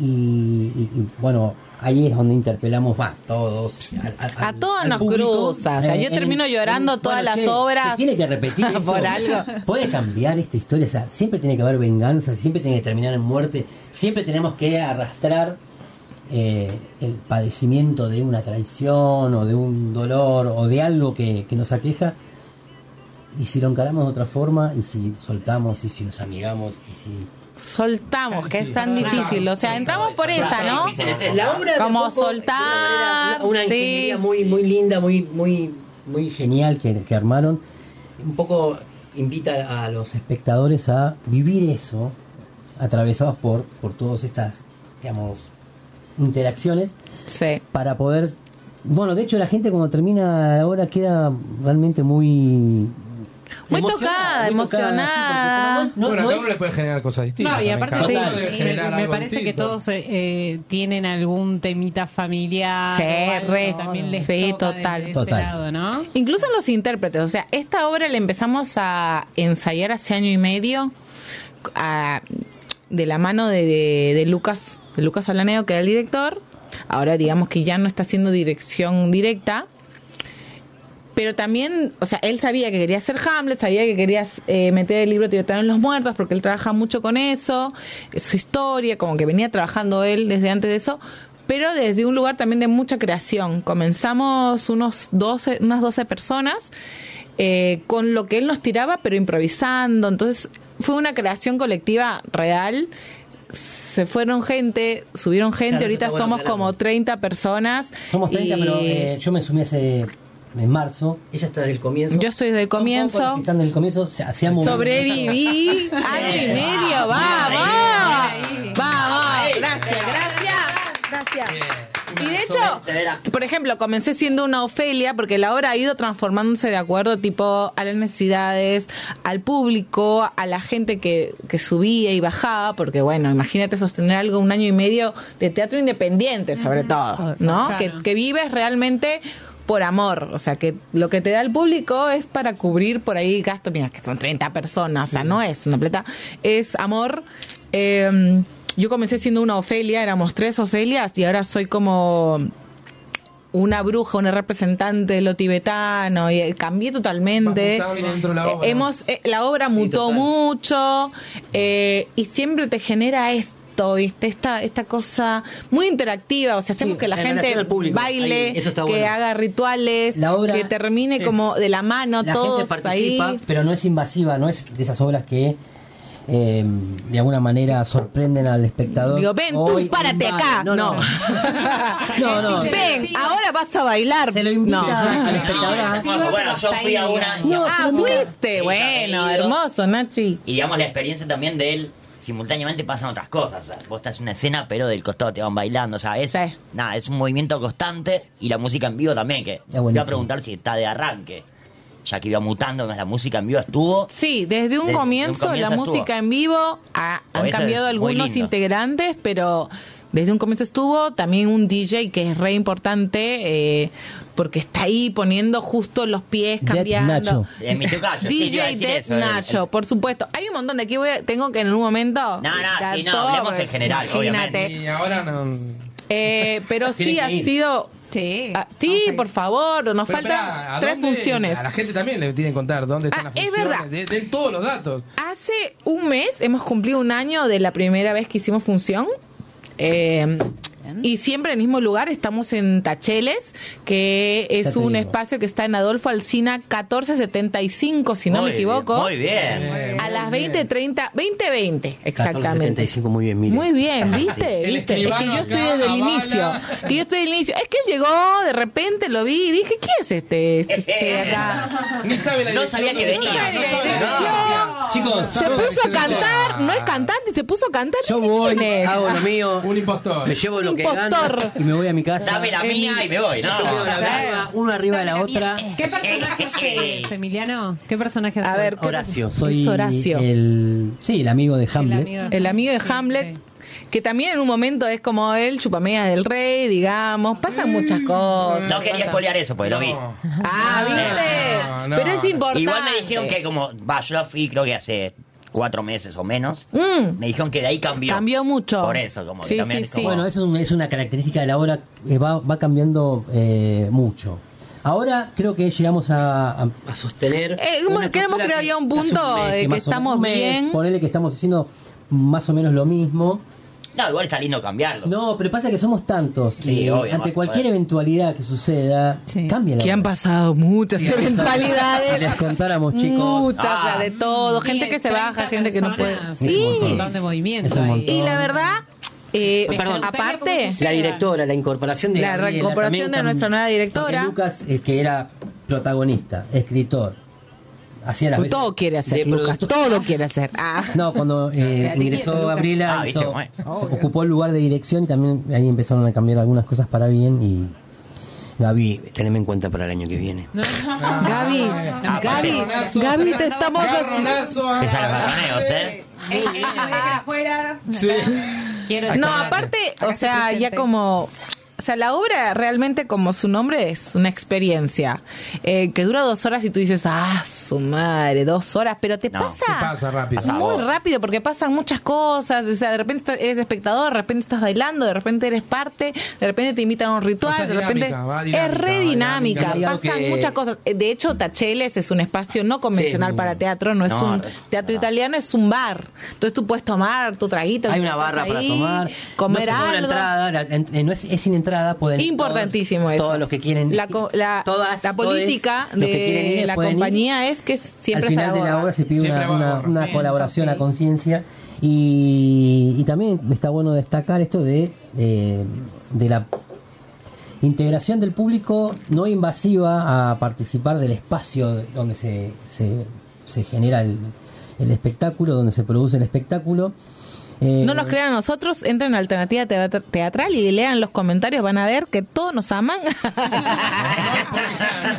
Speaker 9: Y, y- y, bueno, ahí es donde interpelamos va, todos. al- al-
Speaker 7: A
Speaker 9: al-
Speaker 7: todos
Speaker 9: al
Speaker 7: nos
Speaker 9: público. Eh,
Speaker 7: cruza, o sea, yo
Speaker 9: en
Speaker 7: termino llorando todas las
Speaker 9: se
Speaker 7: obras.
Speaker 9: tiene que repetir esto.
Speaker 7: Ah, Por algo.
Speaker 9: Puede cambiar esta historia, o sea, siempre tiene que haber venganza, siempre tiene que terminar en muerte, siempre tenemos que arrastrar eh, el padecimiento de una traición o de un dolor o de algo que, que nos aqueja. Y si lo encaramos de otra forma, y si soltamos, y si nos amigamos, y si
Speaker 7: Soltamos, que es tan
Speaker 9: Sí.
Speaker 7: difícil, o sea, entramos por esa, ¿no?
Speaker 9: La obra de
Speaker 7: Como
Speaker 9: Coco,
Speaker 7: soltar,
Speaker 9: una, una
Speaker 7: sí.
Speaker 9: ingeniería muy, muy linda, muy, muy, muy genial que, que armaron. Un poco invita a los espectadores a vivir eso, atravesados por, por todas estas, digamos, interacciones, para poder... Bueno, de hecho la gente cuando termina ahora queda realmente muy...
Speaker 7: Muy tocada,
Speaker 9: muy tocada,
Speaker 7: emocionada.
Speaker 9: No,
Speaker 3: bueno,
Speaker 9: no
Speaker 3: a cada
Speaker 9: es-
Speaker 3: uno le puede generar cosas distintas.
Speaker 5: No, y
Speaker 3: también,
Speaker 5: aparte
Speaker 3: cada
Speaker 5: sí,
Speaker 3: uno debe
Speaker 5: eh,
Speaker 3: generar
Speaker 5: me
Speaker 3: algo
Speaker 5: parece que
Speaker 3: distinto.
Speaker 5: todos eh, eh, tienen algún temita familiar.
Speaker 7: Sí,
Speaker 5: o algo,
Speaker 7: re.
Speaker 5: también les
Speaker 7: Sí,
Speaker 5: toca desde
Speaker 7: total.
Speaker 5: ese
Speaker 7: Total.
Speaker 5: lado, ¿no?
Speaker 7: Incluso los intérpretes, o sea, esta obra la empezamos a ensayar hace año y medio a- de la mano de, de- de Lucas, de Lucas Alaneo, que era el director. Ahora digamos que ya no está haciendo dirección directa, pero también, o sea, él sabía que quería hacer Hamlet, sabía que quería eh, meter el libro tibetano en los muertos, porque él trabaja mucho con eso, eh, su historia, como que venía trabajando él desde antes de eso, pero desde un lugar también de mucha creación. Comenzamos unos 12, unas 12 personas eh, con lo que él nos tiraba, pero improvisando. Entonces fue una creación colectiva real. Se fueron gente, subieron gente,
Speaker 9: Claro,
Speaker 7: ahorita
Speaker 9: está bueno,
Speaker 7: somos
Speaker 9: claro.
Speaker 7: como 30 personas.
Speaker 9: Somos 30,
Speaker 7: y
Speaker 9: pero eh, yo me sumé hace en marzo. Ella está desde el comienzo.
Speaker 7: Yo estoy desde el
Speaker 9: Los que
Speaker 7: comienzo.
Speaker 9: Están desde el comienzo, se- hacíamos.
Speaker 7: Sobreviví año y medio, vamos. Vamos, gracias, gracias. Gracias. Y de hecho, por ejemplo, comencé siendo una Ofelia porque la obra ha ido transformándose de acuerdo tipo a las necesidades, al público, a la gente que, que subía y bajaba, porque bueno, imagínate sostener algo un año y medio de teatro independiente sobre todo, ¿no?
Speaker 5: Claro.
Speaker 7: Que, que vives realmente por amor, o sea, que lo que te da el público es para cubrir por ahí gastos, mira, que son 30 personas, o sea, no es una plata, es amor. Eh, yo comencé siendo una Ofelia, éramos tres Ofelias y ahora soy como una bruja, una representante de lo tibetano y eh, cambié totalmente.
Speaker 3: Vas mutando dentro de la
Speaker 7: Eh,
Speaker 3: obra.
Speaker 7: hemos eh, la obra mutó
Speaker 9: total.
Speaker 7: mucho eh, y siempre te genera esto ¿viste? esta esta cosa muy interactiva, o sea, hacemos
Speaker 9: Sí,
Speaker 7: que la
Speaker 9: en
Speaker 7: gente
Speaker 9: relación al público,
Speaker 7: baile,
Speaker 9: ahí, eso está
Speaker 7: que
Speaker 9: bueno.
Speaker 7: haga rituales,
Speaker 9: La obra
Speaker 7: que termine
Speaker 9: es-
Speaker 7: como de la mano
Speaker 9: la
Speaker 7: todos
Speaker 9: gente participa,
Speaker 7: ahí.
Speaker 9: pero no es invasiva, no es de esas obras que eh, de alguna manera sorprenden al espectador.
Speaker 7: Digo, ven tú,
Speaker 9: Hoy
Speaker 7: párate
Speaker 9: invade.
Speaker 7: acá. No,
Speaker 9: no. No, no.
Speaker 7: Ven, ahora vas a bailar.
Speaker 9: Se lo invita
Speaker 7: No.
Speaker 9: al espectador. a-
Speaker 2: Bueno, bueno, yo fui a una. y a-
Speaker 7: Ah, fuiste.
Speaker 2: Sí,
Speaker 7: Bueno,
Speaker 2: ya he ido.
Speaker 7: hermoso, Nachi.
Speaker 2: Y digamos la experiencia también de él. Simultáneamente pasan otras cosas. O sea, vos estás en una escena, pero del costado te van bailando. O sea, es,
Speaker 7: Sí.
Speaker 2: nada, es un movimiento constante y la música en vivo también. Que te voy a
Speaker 9: buenísimo.
Speaker 2: preguntar si está de arranque. Ya que iba mutando, más la música en vivo estuvo.
Speaker 7: Sí, desde un
Speaker 2: Desde un
Speaker 7: comienzo,
Speaker 2: comienzo
Speaker 7: la
Speaker 2: estuvo.
Speaker 7: música en vivo ha-
Speaker 2: Pues
Speaker 7: han
Speaker 2: eso
Speaker 7: cambiado
Speaker 2: es muy
Speaker 7: algunos
Speaker 2: lindo.
Speaker 7: integrantes, pero desde un comienzo estuvo también un DJ que es re importante eh, porque está ahí poniendo justo los pies,
Speaker 9: Death
Speaker 7: cambiando.
Speaker 9: Nacho.
Speaker 2: En mi caso, sí, te iba a
Speaker 7: DJ
Speaker 2: decir
Speaker 7: Death
Speaker 2: eso, el-
Speaker 7: Nacho, por supuesto. Hay un montón de aquí, voy a- tengo que en un momento. No,
Speaker 2: no, sí, no, hablemos en general, obviamente.
Speaker 3: Y ahora no.
Speaker 7: Eh, pero sí
Speaker 9: Tiene
Speaker 7: ha
Speaker 9: que ir.
Speaker 7: sido.
Speaker 4: Sí.
Speaker 7: ah, sí,
Speaker 4: Vamos a
Speaker 7: por
Speaker 4: ir.
Speaker 7: favor, nos
Speaker 3: Pero pará,
Speaker 7: faltan
Speaker 3: ¿a
Speaker 7: tres
Speaker 3: dónde?
Speaker 7: funciones.
Speaker 3: A la gente también le tiene que contar dónde están
Speaker 7: Ah,
Speaker 3: las
Speaker 7: es
Speaker 3: funciones.
Speaker 7: verdad.
Speaker 3: De, de todos los datos.
Speaker 5: Ah,
Speaker 7: Hace un mes hemos cumplido un año de la primera vez que hicimos función. Eh, y siempre en el mismo lugar, estamos en Tacheles, que es
Speaker 9: te
Speaker 7: un
Speaker 9: digo.
Speaker 7: espacio que está en Adolfo Alsina 1475, si no
Speaker 2: Muy
Speaker 7: me equivoco.
Speaker 2: Bien, muy bien.
Speaker 3: Eh,
Speaker 7: A
Speaker 3: muy
Speaker 7: las
Speaker 3: bien.
Speaker 7: 20.30, 20.20, exactamente.
Speaker 9: 14.75, muy bien, mire.
Speaker 7: Muy bien, ¿viste?
Speaker 3: El
Speaker 7: ¿Viste? Es que
Speaker 3: escribano
Speaker 7: yo estoy
Speaker 3: acá
Speaker 7: desde el
Speaker 3: avala.
Speaker 7: inicio. Que yo estoy desde el inicio. Es que él llegó, de repente lo vi y dije, ¿quién es este? este che
Speaker 2: Eh,
Speaker 7: de acá?
Speaker 3: Ni sabe la
Speaker 2: No
Speaker 3: dirección
Speaker 2: sabía que
Speaker 3: dónde está,
Speaker 2: venía.
Speaker 3: no sabe la
Speaker 7: No.
Speaker 3: dirección.
Speaker 9: Chicos,
Speaker 7: Se puso a
Speaker 3: Ah.
Speaker 7: cantar, no es cantante, se puso a cantar.
Speaker 9: yo
Speaker 7: ¿Quién
Speaker 9: voy,
Speaker 7: es?
Speaker 9: hago lo mío,
Speaker 3: Un impostor.
Speaker 9: me llevo lo que
Speaker 7: Impostor.
Speaker 9: gano y me voy a mi casa.
Speaker 2: Dame la mía y me voy, ¿no?
Speaker 9: Yo quedo la misma, uno arriba de la otra.
Speaker 5: ¿Qué personaje haces, Emiliano? ¿Qué personaje haces?
Speaker 7: A ver, ¿qué-
Speaker 9: Horacio, soy
Speaker 7: Es Horacio.
Speaker 9: el sí, el amigo de
Speaker 5: El
Speaker 9: Hamlet.
Speaker 5: amigo.
Speaker 7: El amigo de Hamlet, que también en un momento es como el chupamea del rey, digamos. Pasan
Speaker 4: Mm.
Speaker 7: muchas cosas.
Speaker 2: No quería
Speaker 7: pasan-
Speaker 2: espolear eso, porque lo vi.
Speaker 3: No.
Speaker 7: Ah, ¿viste?
Speaker 3: No, no.
Speaker 7: Pero es importante.
Speaker 2: Igual me dijeron que como, va, yo la fui creo que hace cuatro meses o menos.
Speaker 7: Mm.
Speaker 2: Me dijeron que de ahí cambió.
Speaker 7: Cambió mucho.
Speaker 2: Por eso, como que
Speaker 7: Sí,
Speaker 2: también
Speaker 7: sí,
Speaker 2: es
Speaker 7: sí.
Speaker 2: como-
Speaker 9: Bueno, eso es, un- es una característica de la obra que va, va cambiando eh, mucho. Ahora creo que llegamos a, a- a sostener.
Speaker 7: Eh, como
Speaker 9: una
Speaker 7: que queremos
Speaker 9: estructura
Speaker 7: crear
Speaker 9: que
Speaker 7: ya un
Speaker 9: hace
Speaker 7: punto
Speaker 9: mes,
Speaker 7: de que
Speaker 9: más o
Speaker 7: estamos
Speaker 9: un mes,
Speaker 7: bien.
Speaker 9: Ponele que estamos haciendo más o menos lo mismo.
Speaker 2: No, igual está lindo cambiarlo.
Speaker 9: No, pero pasa que somos tantos.
Speaker 2: Sí,
Speaker 9: y
Speaker 2: obvio,
Speaker 9: ante
Speaker 2: más,
Speaker 9: cualquier
Speaker 2: bueno.
Speaker 9: eventualidad que suceda,
Speaker 5: Sí.
Speaker 9: cambia la
Speaker 7: Que han
Speaker 9: obra.
Speaker 7: pasado muchas
Speaker 9: Si les
Speaker 7: eventualidades.
Speaker 9: contáramos, chicos.
Speaker 7: Muchas,
Speaker 2: Ah.
Speaker 7: o sea, de todo. Gente que se baja, gente que no puede.
Speaker 5: personas.
Speaker 9: Es
Speaker 7: Sí.
Speaker 9: un
Speaker 5: Un
Speaker 9: montón.
Speaker 5: montón de movimientos.
Speaker 9: Es un
Speaker 5: ahí.
Speaker 9: montón.
Speaker 7: Y la verdad, eh,
Speaker 5: Me
Speaker 9: Perdón.
Speaker 5: encantaría cómo
Speaker 7: aparte,
Speaker 5: se
Speaker 9: La
Speaker 5: lleva.
Speaker 9: directora, la incorporación de
Speaker 7: La
Speaker 9: Gabriela,
Speaker 7: incorporación
Speaker 9: también,
Speaker 7: de nuestra nueva
Speaker 9: porque
Speaker 7: directora.
Speaker 9: Lucas, el que era protagonista, escritor, hacía las veces
Speaker 7: todo quiere hacer,
Speaker 9: de
Speaker 7: Lucas.
Speaker 9: productor.
Speaker 7: Todo lo quiere hacer. Ah.
Speaker 9: No, cuando eh,
Speaker 7: Espérate, quieto,
Speaker 9: ingresó
Speaker 7: Lucas.
Speaker 9: Gabriela,
Speaker 2: Ah,
Speaker 9: hizo-
Speaker 2: viste, bueno.
Speaker 9: ocupó el lugar de dirección y también ahí empezaron a cambiar algunas cosas para bien y Gaby, teneme en cuenta para el año que viene.
Speaker 7: Gaby,
Speaker 3: Ah,
Speaker 7: Gaby,
Speaker 3: garronazo,
Speaker 7: Gaby, te estamos
Speaker 3: garronazo, ah,
Speaker 2: Empiezan los barroneos, ¿eh?
Speaker 4: Ey, ey, me dejan afuera.
Speaker 3: Sí.
Speaker 5: Quiero
Speaker 7: No,
Speaker 5: estar-
Speaker 7: aparte,
Speaker 4: Acá
Speaker 7: o
Speaker 4: estoy
Speaker 7: sea, ya
Speaker 4: presente.
Speaker 7: como... O sea, la obra realmente, como su nombre, es una experiencia eh, que dura dos horas y tú dices, ah, su madre, dos horas, pero te
Speaker 2: No,
Speaker 7: pasa...
Speaker 3: ¿Qué pasa rápido?
Speaker 2: Pasa.
Speaker 7: Muy
Speaker 2: Sabor.
Speaker 7: rápido porque pasan muchas cosas, o sea, de repente eres espectador, de repente estás bailando, de repente eres parte, de repente te invitan a un ritual,
Speaker 3: O sea, es
Speaker 7: de repente
Speaker 3: dinámica, va dinámica,
Speaker 7: es re
Speaker 3: va
Speaker 7: dinámica,
Speaker 3: dinámica.
Speaker 9: Hay algo
Speaker 7: pasan
Speaker 9: que-
Speaker 7: muchas cosas. Eh, De hecho, Tacheles es un espacio no convencional
Speaker 9: Sí,
Speaker 7: para teatro, no es
Speaker 2: no,
Speaker 7: un
Speaker 2: re-
Speaker 7: teatro
Speaker 2: no.
Speaker 7: italiano, es un bar. Entonces tú puedes tomar tu traguito,
Speaker 9: Hay
Speaker 7: tú
Speaker 9: una
Speaker 7: estás
Speaker 9: barra para
Speaker 7: ahí,
Speaker 9: tomar,
Speaker 7: comer
Speaker 9: no se cobra
Speaker 7: algo.
Speaker 9: entrada, la- en- eh, no es, es sin entradas, pueden ir
Speaker 7: Importantísimo
Speaker 9: todos,
Speaker 7: eso.
Speaker 9: Todos los que quieren
Speaker 7: La, co- la,
Speaker 9: todas,
Speaker 7: la política
Speaker 9: todes, los que quieren
Speaker 7: de
Speaker 9: ir,
Speaker 7: la
Speaker 9: pueden ir.
Speaker 7: compañía es que siempre se
Speaker 9: Al final de la
Speaker 7: aborda.
Speaker 9: obra se pide
Speaker 7: Siempre
Speaker 9: una,
Speaker 7: va a
Speaker 9: una-
Speaker 7: borrar.
Speaker 9: una
Speaker 7: Sí,
Speaker 9: colaboración a conciencia y, y también está bueno destacar esto de, eh, de la integración del público no invasiva a participar del espacio donde se, se, se genera el, el espectáculo, donde se produce el espectáculo. Eh,
Speaker 7: No nos crean a nosotros, entren a Alternativa Teat- Teatral y lean los comentarios, van a ver que todos nos aman.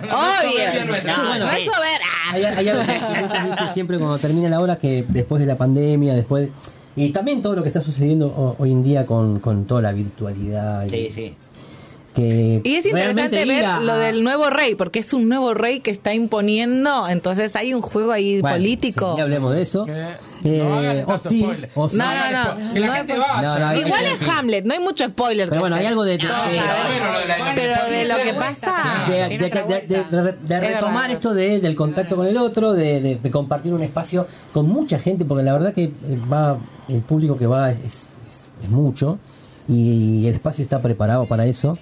Speaker 7: Obvio.
Speaker 9: Sí, bueno,
Speaker 7: No es
Speaker 9: sí. Hay,
Speaker 7: soberano.
Speaker 9: hay algo que Lucas dice siempre cuando termina la hora que después de la pandemia, después... Y también todo lo que está sucediendo ho- hoy en día con, con toda la virtualidad. y-
Speaker 2: Sí, sí.
Speaker 9: Que
Speaker 7: Y es interesante
Speaker 9: realmente ah,
Speaker 7: ver
Speaker 9: ir a-
Speaker 7: lo del nuevo rey, porque es un nuevo rey que está imponiendo, entonces hay un juego ahí
Speaker 9: Bueno,
Speaker 7: político.
Speaker 9: sí, ya hablemos de eso.
Speaker 3: no hagan
Speaker 9: Eh,
Speaker 3: tanto
Speaker 9: Ozzy-
Speaker 3: spoiler.
Speaker 9: Ozzy-
Speaker 7: No, no, no.
Speaker 3: Que la
Speaker 7: No,
Speaker 3: gente
Speaker 7: no,
Speaker 3: vaya.
Speaker 9: no, no,
Speaker 7: Igual
Speaker 9: hay-
Speaker 7: es Hamlet, no hay mucho spoiler.
Speaker 9: Pero
Speaker 7: que
Speaker 9: bueno, hay
Speaker 7: hacer.
Speaker 9: algo de...
Speaker 7: No,
Speaker 9: de-
Speaker 7: claro.
Speaker 3: bueno, lo de la- la-
Speaker 7: pero de lo que
Speaker 9: de-
Speaker 7: pasa.
Speaker 9: de-
Speaker 5: tiene otra
Speaker 9: de- de- de- de
Speaker 7: Es
Speaker 9: retomar
Speaker 7: verdad.
Speaker 9: esto de- del contacto con el otro, de, de- de compartir un espacio con mucha gente, porque la verdad que eh, va el público que va es, es- es mucho y el espacio está preparado para eso.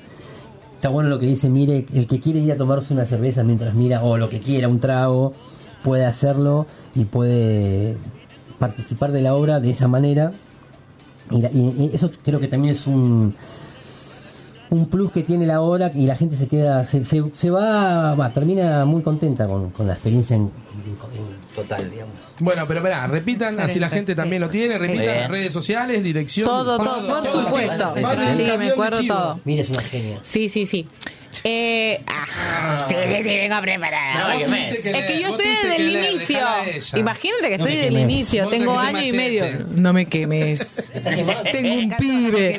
Speaker 9: Está bueno lo que dice, mire, el que quiere ir a tomarse una cerveza mientras mira, o lo que quiera, un trago, puede hacerlo y puede participar de la obra de esa manera. Y, la- y- y eso creo que también es un, un plus que tiene la obra y la gente se queda, se, se, se va, va, termina muy contenta con, con la experiencia en, en total, digamos.
Speaker 3: Bueno, pero verá, repitan, así la gente también lo tiene. Repitan
Speaker 2: Bien.
Speaker 3: las redes sociales, dirección.
Speaker 7: Todo, todo, por
Speaker 3: todo.
Speaker 7: supuesto.
Speaker 3: Van en el
Speaker 7: Sí, me
Speaker 3: camión
Speaker 7: acuerdo
Speaker 3: de chivo.
Speaker 7: todo.
Speaker 9: Mira, es una genia.
Speaker 7: Sí, sí, sí. Eh, ah, sí, sí, sí, vengo preparada.
Speaker 2: No, óyeme.
Speaker 3: tuviste
Speaker 7: Es que yo
Speaker 3: vos
Speaker 7: estoy
Speaker 3: tuviste
Speaker 7: desde
Speaker 3: que
Speaker 7: el
Speaker 3: leer,
Speaker 7: inicio.
Speaker 3: dejala a ella.
Speaker 7: Imagínate que estoy
Speaker 9: me
Speaker 7: desde el
Speaker 9: quemes.
Speaker 7: inicio.
Speaker 3: Vos
Speaker 7: Tengo
Speaker 3: trajiste
Speaker 7: año y medio.
Speaker 3: machete.
Speaker 7: No me quemes. Tengo un pibe.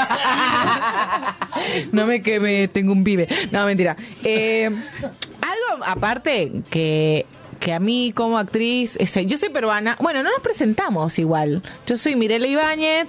Speaker 7: Ah. No me quemes, tengo un pibe. No, mentira. Eh, algo aparte que que a mí como actriz, ese- yo soy peruana, bueno, no nos presentamos igual. Yo soy Mirela Ibáñez,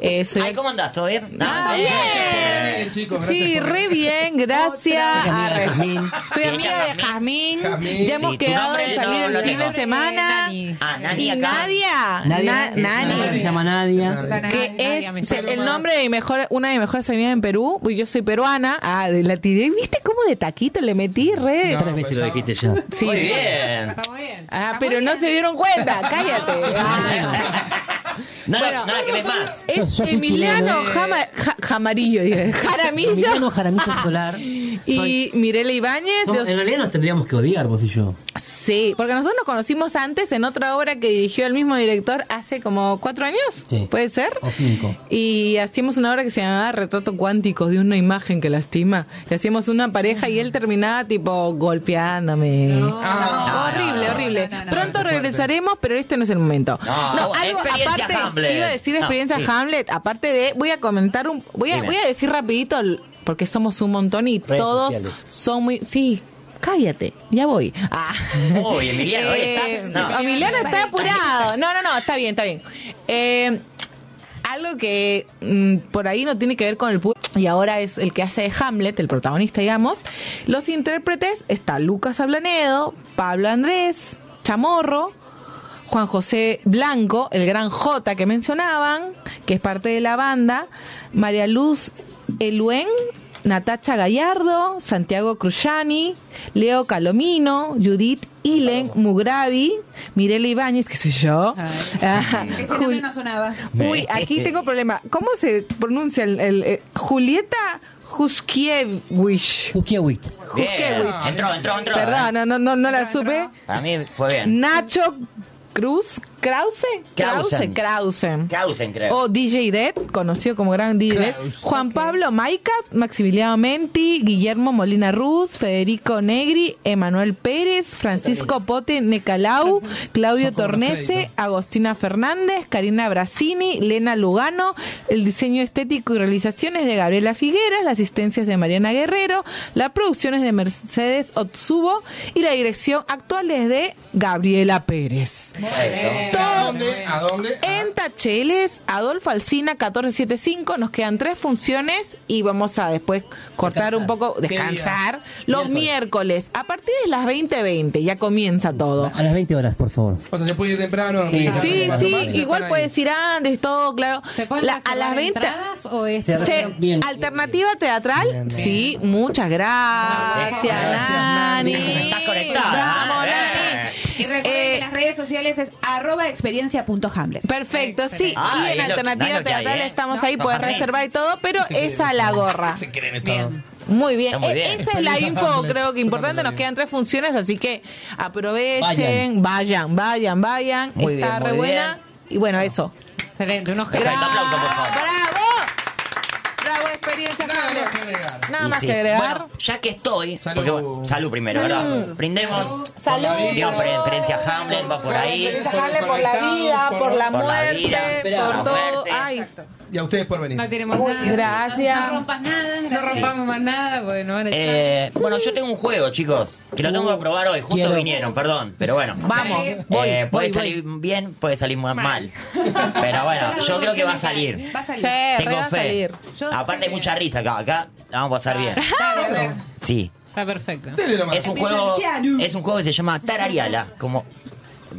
Speaker 7: eh, soy
Speaker 2: Ay, ¿cómo andás? ¿Todo bien? No,
Speaker 7: Ah,
Speaker 2: todo
Speaker 7: bien.
Speaker 3: Bien, chicos, gracias
Speaker 7: Sí,
Speaker 3: por-
Speaker 7: re bien, gracias.
Speaker 9: Amiga de
Speaker 7: Arre.
Speaker 9: Jazmín.
Speaker 7: Soy
Speaker 2: Sí,
Speaker 7: amiga de Jazmín.
Speaker 3: Jazmín.
Speaker 7: Ya hemos
Speaker 2: Sí, tu
Speaker 7: quedado de
Speaker 2: nombre
Speaker 7: salir
Speaker 2: no
Speaker 7: el
Speaker 2: lo
Speaker 7: fin de
Speaker 2: tengo.
Speaker 7: semana.
Speaker 5: Nani.
Speaker 2: Ah, Nani
Speaker 7: Y
Speaker 2: acá.
Speaker 7: Nadia. Ah, Na-
Speaker 9: Nadia,
Speaker 7: Nani.
Speaker 9: se llama Nadia.
Speaker 7: Que
Speaker 5: Nadia me
Speaker 7: es
Speaker 5: sale
Speaker 7: el
Speaker 3: más.
Speaker 7: nombre de mi mejor, una de mis mejores amigas en Perú. Uy, Yo soy peruana. Ah, de la tiré. ¿Viste cómo de taquito le metí, re?
Speaker 3: No,
Speaker 9: Tres veces lo dijiste ya.
Speaker 7: Sí.
Speaker 2: Muy bien.
Speaker 5: Está muy bien.
Speaker 7: Ah, pero no se dieron cuenta. Cállate. Ah,
Speaker 2: No,
Speaker 7: Bueno,
Speaker 2: no, no, que me más.
Speaker 9: Yo- yo
Speaker 7: Es
Speaker 9: soy
Speaker 7: Emiliano
Speaker 9: chileno.
Speaker 7: Jama- Ja- Jamarillo. dije.
Speaker 9: Emiliano
Speaker 7: Jaramillo.
Speaker 9: Jaramillo Solar.
Speaker 7: Y Mirela Ibáñez.
Speaker 9: Som-
Speaker 7: yo-
Speaker 9: en realidad nos tendríamos que odiar vos y yo.
Speaker 7: Sí, porque nosotros nos conocimos antes en otra obra que dirigió el mismo director hace como cuatro años,
Speaker 9: Sí.
Speaker 7: puede ser.
Speaker 9: O cinco.
Speaker 7: Y hacíamos una obra que se llamaba Retrato Cuántico de una imagen que lastima. Y hacíamos una pareja y él terminaba tipo golpeándome.
Speaker 3: Ah,
Speaker 7: No, horrible, horrible. Pronto regresaremos, pero este no es el momento.
Speaker 2: No, experiencia Hamlet.
Speaker 7: iba a decir
Speaker 2: No,
Speaker 7: experiencia
Speaker 2: sí.
Speaker 7: Hamlet, aparte de, voy a comentar un, voy a,
Speaker 2: Dime.
Speaker 7: voy a decir rapidito, l- porque somos un montón y
Speaker 9: Redes
Speaker 7: todos
Speaker 9: sociales.
Speaker 7: son muy, sí, cállate, ya voy. Ah.
Speaker 2: Uy, Emiliano, hoy
Speaker 7: Eh,
Speaker 2: estás. No.
Speaker 7: Emiliano está apurado. No, no, no, está bien, está bien. Eh, algo que mm, por ahí no tiene que ver con el pu- y ahora es el que hace de Hamlet, el protagonista, digamos. Los intérpretes está Lucas Ablanedo, Pablo Andrés, Chamorro, Juan José Blanco, el gran J que mencionaban, que es parte de la banda, María Luz Eluen, Natacha Gallardo, Santiago Cruzani, Leo Calomino, Judith Ilen, Mugravi, Mirela Ibáñez, qué sé yo. Ah,
Speaker 4: Ese
Speaker 7: Jul-
Speaker 4: nombre no sonaba.
Speaker 7: Uy, aquí tengo problema. ¿Cómo se pronuncia el, el, eh, Julieta Huskiewicz?
Speaker 9: Ukiawit.
Speaker 2: Bien.
Speaker 7: Huskiewicz.
Speaker 2: Entró, entró, entró. ¿eh?
Speaker 7: Perdón, no, no, no, no la supe.
Speaker 2: A mí fue bien.
Speaker 7: Nacho Cruz, Krause, Krause,
Speaker 2: Krausen.
Speaker 7: Krause.
Speaker 2: Clausen, creo.
Speaker 7: O DJ Dead, conocido como gran DJ Dead. Juan Pablo Maicas, Maximiliano Menti, Guillermo Molina Ruz, Federico Negri, Emanuel Pérez, Francisco Pote Necalau, Claudio
Speaker 3: Son como los
Speaker 7: Tornese,
Speaker 3: créditos.
Speaker 7: Agostina Fernández, Karina Brasini, Lena Lugano, el diseño estético y realizaciones de Gabriela Figueras, las asistencias de Mariana Guerrero, las producciones de Mercedes Otsubo y la dirección actual es de Gabriela Pérez. Perfecto.
Speaker 3: ¿A dónde? ¿A dónde?
Speaker 7: En Tacheles, Adolfo Alsina 1475, nos quedan tres funciones y vamos a después cortar un poco,
Speaker 9: ¿Qué
Speaker 7: descansar. Los miércoles, a partir de las 20:20 ya comienza todo.
Speaker 9: A las 20 horas, por favor.
Speaker 3: O sea, se puede ir temprano.
Speaker 9: Sí,
Speaker 3: Claro.
Speaker 7: Sí,
Speaker 3: Tomás,
Speaker 7: sí,
Speaker 3: Tomás, ya
Speaker 7: igual
Speaker 3: están ahí.
Speaker 7: puedes ir antes, todo, claro.
Speaker 5: ¿Se pueden
Speaker 7: La- a
Speaker 5: reservar
Speaker 7: las 20
Speaker 5: entradas o es
Speaker 9: Se-
Speaker 7: se-
Speaker 9: Bien.
Speaker 7: alternativa teatral, sí, muchas gracias, Nani.
Speaker 2: Estás conectada,
Speaker 7: Vamos,
Speaker 2: ¿eh?
Speaker 7: Nani.
Speaker 4: Y recuerden
Speaker 7: Eh,
Speaker 4: que las redes sociales es arroba experiencia.hamlet.
Speaker 7: Perfecto, sí.
Speaker 2: Ah,
Speaker 7: y en
Speaker 2: es lo-
Speaker 7: alternativa
Speaker 2: es lo que hay,
Speaker 7: teatral
Speaker 2: ¿eh?
Speaker 7: estamos
Speaker 2: No,
Speaker 7: ahí,
Speaker 2: no,
Speaker 7: puedes
Speaker 2: Hamlet.
Speaker 7: reservar y todo, pero es a la gorra.
Speaker 3: Se creen todo.
Speaker 7: Muy bien.
Speaker 2: Está muy
Speaker 7: E-
Speaker 2: bien.
Speaker 7: Esa es la
Speaker 3: Feliz
Speaker 7: info,
Speaker 3: Hamlet.
Speaker 7: creo que importante.
Speaker 3: Totalmente.
Speaker 7: Nos quedan tres funciones, así que aprovechen, vayan, vayan, vayan.
Speaker 2: Muy
Speaker 7: Está
Speaker 2: bien,
Speaker 7: re
Speaker 2: muy
Speaker 7: buena. Y bueno, eso.
Speaker 5: Excelente, unos
Speaker 2: Perfecto,
Speaker 5: genios.
Speaker 2: aplauso, por favor.
Speaker 7: ¡Bravo! ¡Bravo experiencia,
Speaker 3: Nada más que
Speaker 7: Hamlet!
Speaker 3: agregar.
Speaker 7: Nada
Speaker 2: Y
Speaker 7: más
Speaker 2: sí.
Speaker 7: que agregar.
Speaker 2: Bueno, ya que estoy.
Speaker 3: Salud.
Speaker 2: porque, bueno, salud primero, ¿verdad? Brindemos.
Speaker 3: Salud.
Speaker 2: Digo, por la diferencia Hamlet, va por ahí.
Speaker 3: Por-
Speaker 7: Dale por la
Speaker 3: conectados,
Speaker 7: vida, por la
Speaker 2: por la
Speaker 7: muerte,
Speaker 2: vida,
Speaker 7: por
Speaker 2: por la
Speaker 7: todo.
Speaker 2: muerte.
Speaker 7: Ay,
Speaker 3: Y a ustedes por venir.
Speaker 5: No tenemos nada.
Speaker 7: gracias.
Speaker 5: No rompas nada, no rompamos más nada porque no van a estar.
Speaker 2: Eh, bueno, yo tengo un juego, chicos, que lo tengo que probar hoy. Justo
Speaker 9: quiero.
Speaker 2: vinieron, perdón, pero bueno.
Speaker 7: Uh, Vamos, voy,
Speaker 2: Eh, puede
Speaker 7: voy,
Speaker 2: salir bien, puede salir ma- mal. Pero bueno, yo creo que va a salir.
Speaker 4: Va a salir.
Speaker 7: Che, Eh, re
Speaker 2: Tengo
Speaker 7: va a
Speaker 2: fe.
Speaker 7: salir.
Speaker 4: Yo
Speaker 2: Aparte hay
Speaker 4: también.
Speaker 2: mucha risa acá. Acá la vamos a pasar bien.
Speaker 4: Dale, a ver.
Speaker 2: Sí.
Speaker 5: Está perfecto.
Speaker 3: Dele nomás.
Speaker 2: Es un juego.
Speaker 4: Anciano.
Speaker 2: Es un juego que se llama Tarariala. Como.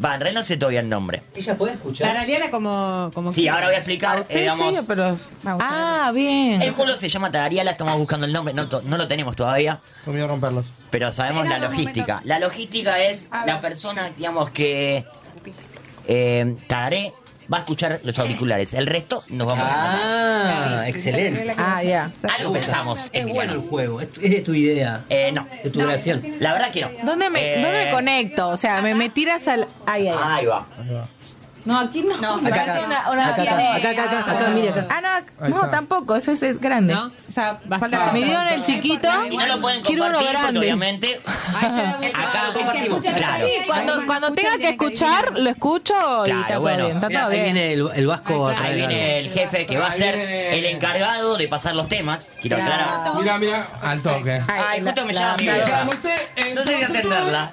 Speaker 2: Va, en realidad no sé todavía el nombre.
Speaker 9: ¿Ella puede escuchar?
Speaker 5: Tarareala como, como
Speaker 2: Sí,
Speaker 5: que-
Speaker 2: ahora voy a explicar. eh, digamos,
Speaker 7: pero... Ah, bien.
Speaker 2: el juego se llama Tarariala, estamos buscando el nombre, no, to- no lo tenemos todavía.
Speaker 3: Con miedo a romperlos.
Speaker 2: Pero sabemos la
Speaker 4: Espera un
Speaker 2: logística.
Speaker 4: momento.
Speaker 2: La logística es
Speaker 4: A
Speaker 2: la
Speaker 4: ver.
Speaker 2: persona, digamos, que eh, tararé, va a escuchar los auriculares. El resto nos vamos a...
Speaker 9: Ah, excelente.
Speaker 7: Ah, ya.
Speaker 2: Algo pensamos,
Speaker 9: Es bueno el
Speaker 2: Emiliano.
Speaker 9: juego. Es, es de tu idea,
Speaker 2: Eh, no.
Speaker 9: de tu creación.
Speaker 2: La verdad que no.
Speaker 7: ¿Dónde me,
Speaker 2: Eh,
Speaker 7: ¿Dónde me conecto? O sea, me, me tiras al... Ahí, ahí.
Speaker 2: Ahí va.
Speaker 7: No, aquí no.
Speaker 9: Acá, acá,
Speaker 7: Una- una-
Speaker 9: acá, acá, acá, acá, acá, acá, mira acá.
Speaker 7: Ah, no,
Speaker 3: Ahí
Speaker 7: no
Speaker 3: está.
Speaker 7: tampoco, ese ese es, grande.
Speaker 5: No.
Speaker 7: O sea,
Speaker 5: Basta.
Speaker 7: falta- me dieron el chiquito.
Speaker 2: Y no lo pueden
Speaker 7: Quiero uno
Speaker 2: compartir porque
Speaker 7: grande.
Speaker 2: obviamente...
Speaker 5: Ahí está, bueno.
Speaker 2: Acá compartimos.
Speaker 4: escucha-
Speaker 2: Claro.
Speaker 4: Sí,
Speaker 7: Cuando, cuando tenga que escuchar, lo escucho y
Speaker 2: Claro,
Speaker 7: está todo
Speaker 2: bueno.
Speaker 7: bien. Está
Speaker 9: Mirá,
Speaker 7: todo
Speaker 9: ahí
Speaker 7: bien.
Speaker 9: viene el, el vasco. a
Speaker 5: Ahí
Speaker 2: Ahí
Speaker 9: traer
Speaker 2: viene
Speaker 9: algo.
Speaker 2: el jefe que va a
Speaker 3: Ahí
Speaker 2: ser
Speaker 3: viene-
Speaker 2: el encargado de pasar los temas. Quiero
Speaker 7: Claro.
Speaker 2: aclarar.
Speaker 3: Mira, mira, al toque.
Speaker 2: Ay, justo me
Speaker 7: la-
Speaker 2: llama mi
Speaker 7: la-
Speaker 2: vieja.
Speaker 3: Llama usted,
Speaker 2: No sé qué
Speaker 3: entonces tú-
Speaker 2: atenderla.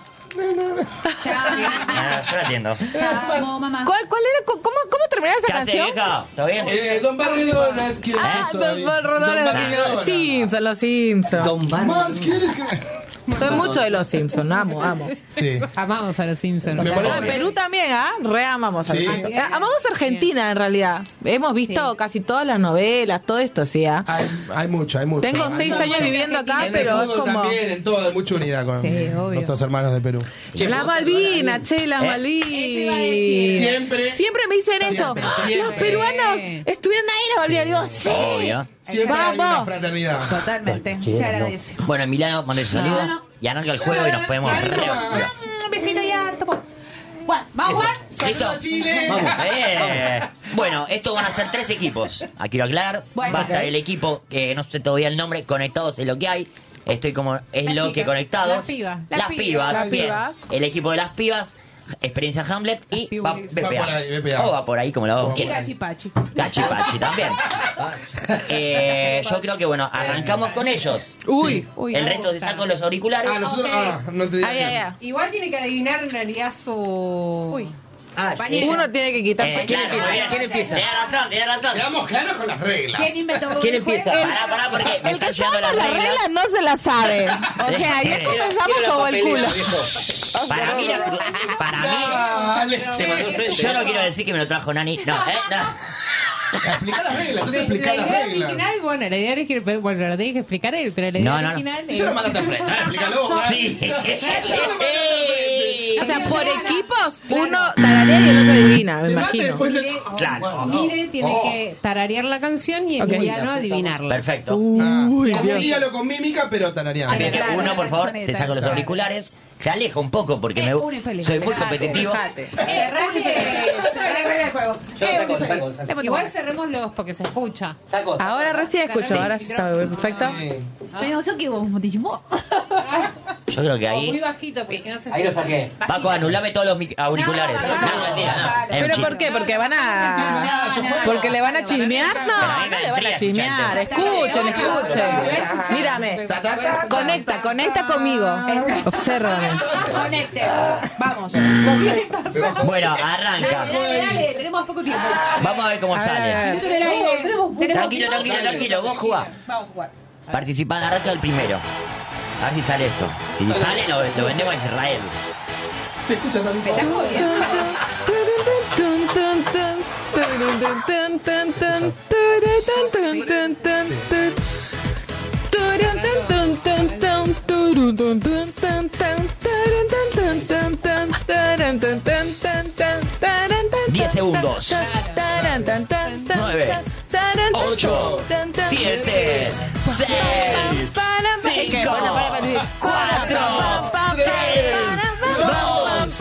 Speaker 2: Ah, yo la atiendo.
Speaker 4: Vamos, mamá.
Speaker 7: ¿Cuál, cuál era? ¿Cómo, cómo terminaba
Speaker 2: ¿Qué
Speaker 7: esa
Speaker 2: hace,
Speaker 7: canción?
Speaker 2: vieja? ¿Todo bien?
Speaker 3: Eh, Don Barrio no es quien
Speaker 7: Ah,
Speaker 3: yo
Speaker 7: los
Speaker 3: soy. Don Barrio
Speaker 7: Los
Speaker 3: no.
Speaker 7: Simpsons, los Simpsons.
Speaker 9: Don Barrio.
Speaker 3: Mams, ¿quieres que me-
Speaker 7: Soy mucho de los Simpsons, amo, amo.
Speaker 3: Sí.
Speaker 5: Amamos a los Simpsons.
Speaker 3: Me
Speaker 7: Ah,
Speaker 3: parece-
Speaker 7: Perú también, ¿ah? Re amamos a los
Speaker 3: Sí.
Speaker 7: Simpsons. Ah, Amamos a Argentina, en realidad. Hemos visto casi todas las novelas, todo esto, sí, ¿ah?
Speaker 3: Hay, hay mucho, hay mucho.
Speaker 7: Tengo
Speaker 3: Hay
Speaker 7: seis
Speaker 3: mucho.
Speaker 7: años viviendo acá,
Speaker 3: En el
Speaker 7: pero es
Speaker 3: fútbol
Speaker 7: como...
Speaker 3: también, en todo, hay mucha unidad con
Speaker 5: Sí, obvio.
Speaker 3: nuestros hermanos de Perú.
Speaker 7: Las Malvinas, che, las
Speaker 2: Eh.
Speaker 7: Malvinas.
Speaker 3: Siempre.
Speaker 7: Siempre me dicen eso. ¡Ah!
Speaker 3: Siempre,
Speaker 7: Los
Speaker 3: siempre.
Speaker 7: peruanos estuvieron ahí en las Malvinas. Digo, sí.
Speaker 2: Obvio.
Speaker 3: Siempre hay una
Speaker 7: Vamos.
Speaker 3: fraternidad.
Speaker 4: Totalmente.
Speaker 9: Cualquiera,
Speaker 4: Se
Speaker 9: ¿no?
Speaker 4: agradece.
Speaker 2: Bueno, Emiliano, mandé su saludo. Y arranca el juego y nos podemos
Speaker 3: Ahí
Speaker 2: re
Speaker 3: nomás.
Speaker 2: activar.
Speaker 4: Un besito y harto. po. Bueno, vamos a jugar.
Speaker 2: ¿Listo?
Speaker 3: Saludos, Chile.
Speaker 2: Eh, Bueno, estos van a ser tres equipos. Ah, quiero aclarar.
Speaker 4: Bueno.
Speaker 2: va a estar el equipo, que no sé todavía el nombre, conectados es lo que hay. Estoy como, es
Speaker 5: Las
Speaker 2: lo
Speaker 5: chicas.
Speaker 2: que conectados.
Speaker 5: Las pibas.
Speaker 2: Las,
Speaker 4: Las pibas.
Speaker 2: pibas,
Speaker 7: Las
Speaker 2: bien.
Speaker 7: pibas.
Speaker 2: El equipo de las pibas, Experiencia Hamlet y va
Speaker 3: pibis.
Speaker 2: BPA.
Speaker 3: Va por ahí, BPA.
Speaker 2: O va por ahí, como la vos
Speaker 4: Y
Speaker 2: quieras.
Speaker 4: gachipachi.
Speaker 2: Gachipachi también.
Speaker 9: Ah.
Speaker 2: Eh, yo creo que, bueno, arrancamos con ellos.
Speaker 9: Uh.
Speaker 7: Uy.
Speaker 5: Uy,
Speaker 2: el
Speaker 5: me
Speaker 2: resto se
Speaker 5: gusta.
Speaker 2: saca con los auriculares. Eh,
Speaker 3: Ah, nosotros.
Speaker 4: Ok.
Speaker 3: Ah, no te
Speaker 7: Ay, ay, ay.
Speaker 3: digas.
Speaker 5: Igual tiene que adivinar en realidad su...
Speaker 4: Uy.
Speaker 9: Ah,
Speaker 4: Bañera.
Speaker 7: Uno tiene que quitarse.
Speaker 2: Eh, claro,
Speaker 9: empieza?
Speaker 2: muy bien.
Speaker 9: ¿Quién empieza?
Speaker 2: Tenés razón, tenés razón.
Speaker 3: Seamos claros con las reglas.
Speaker 4: ¿Quién inventó
Speaker 9: ¿Quién
Speaker 4: el
Speaker 9: empieza?
Speaker 4: juego?
Speaker 2: Pará, pará, porque me
Speaker 7: El que
Speaker 2: están llegando
Speaker 7: toma
Speaker 2: las
Speaker 7: las
Speaker 2: reglas.
Speaker 7: reglas no se las sabe. O sea, ya
Speaker 2: Quiero-
Speaker 7: comenzamos como el culo.
Speaker 2: Para mí, la- para mí.
Speaker 3: Dale,
Speaker 9: Se mandó al frente.
Speaker 2: Yo no quiero decir que me lo trajo Nani. No, eh, no.
Speaker 3: Explica las reglas. Entonces
Speaker 5: La
Speaker 3: explica las
Speaker 5: idea
Speaker 3: reglas.
Speaker 5: original, bueno, la idea original, bueno, lo tenés que explicar él, pero la idea
Speaker 2: No, no, no.
Speaker 5: original
Speaker 3: Si yo lo
Speaker 5: es...
Speaker 3: mandaste al frente, dale, explícalo. vos.
Speaker 2: Sí.
Speaker 7: O sea, por equipos, uno tararea y el otro adivina, me
Speaker 3: Debate pues.
Speaker 7: imagino.
Speaker 3: después el-
Speaker 2: Claro.
Speaker 5: Mire, tiene
Speaker 3: Oh.
Speaker 5: que tararear la canción y
Speaker 7: Ok.
Speaker 5: Emiliano adivinarla.
Speaker 2: Perfecto.
Speaker 3: Ah,
Speaker 5: Dios.
Speaker 3: Dígalo con mímica, pero tarareando.
Speaker 2: Así que
Speaker 4: Claro.
Speaker 2: uno, por favor,
Speaker 4: Claro.
Speaker 2: se saca los
Speaker 3: Claro.
Speaker 2: auriculares, se aleja un poco
Speaker 7: Eh,
Speaker 2: porque me,
Speaker 4: Es un infeliz.
Speaker 2: soy muy
Speaker 4: Dejate,
Speaker 2: competitivo.
Speaker 7: Fíjate.
Speaker 5: Eh, Igual cerremos los porque se escucha.
Speaker 7: Ahora recién escucho, ahora sí está perfecto.
Speaker 3: Sí.
Speaker 4: Pero no sé qué vos dijimos.
Speaker 2: Yo creo que
Speaker 5: O muy
Speaker 2: ahí.
Speaker 5: bajito, porque si no se
Speaker 2: ahí lo saqué. Paco, anulame todos los mic- auriculares. No, mentira, no. Es un
Speaker 7: ¿Pero
Speaker 2: chiste.
Speaker 7: por qué? ¿Porque van a.? ¿Porque le van a chismear? No, no le van a chismear. Escuchen, escuchen. Mírame. Conecta, conecta conmigo. Obsérvame.
Speaker 4: Conecte. Vamos.
Speaker 2: Bueno, arranca.
Speaker 4: Dale, dale, dale, tenemos poco tiempo.
Speaker 2: Vamos a ver cómo sale.
Speaker 4: Minuto en el aire.
Speaker 2: Tranquilo, tranquilo, tranquilo. Vos jugá.
Speaker 4: Vamos a jugar.
Speaker 2: Participa, agarrate al primero. A ver si sale esto. Si sale, lo, lo vendemos a Israel.
Speaker 3: Se escucha también.
Speaker 2: Diez segundos. Nueve. Ocho. Siete. Seis. Cinco. Cuatro. Tres. Dos.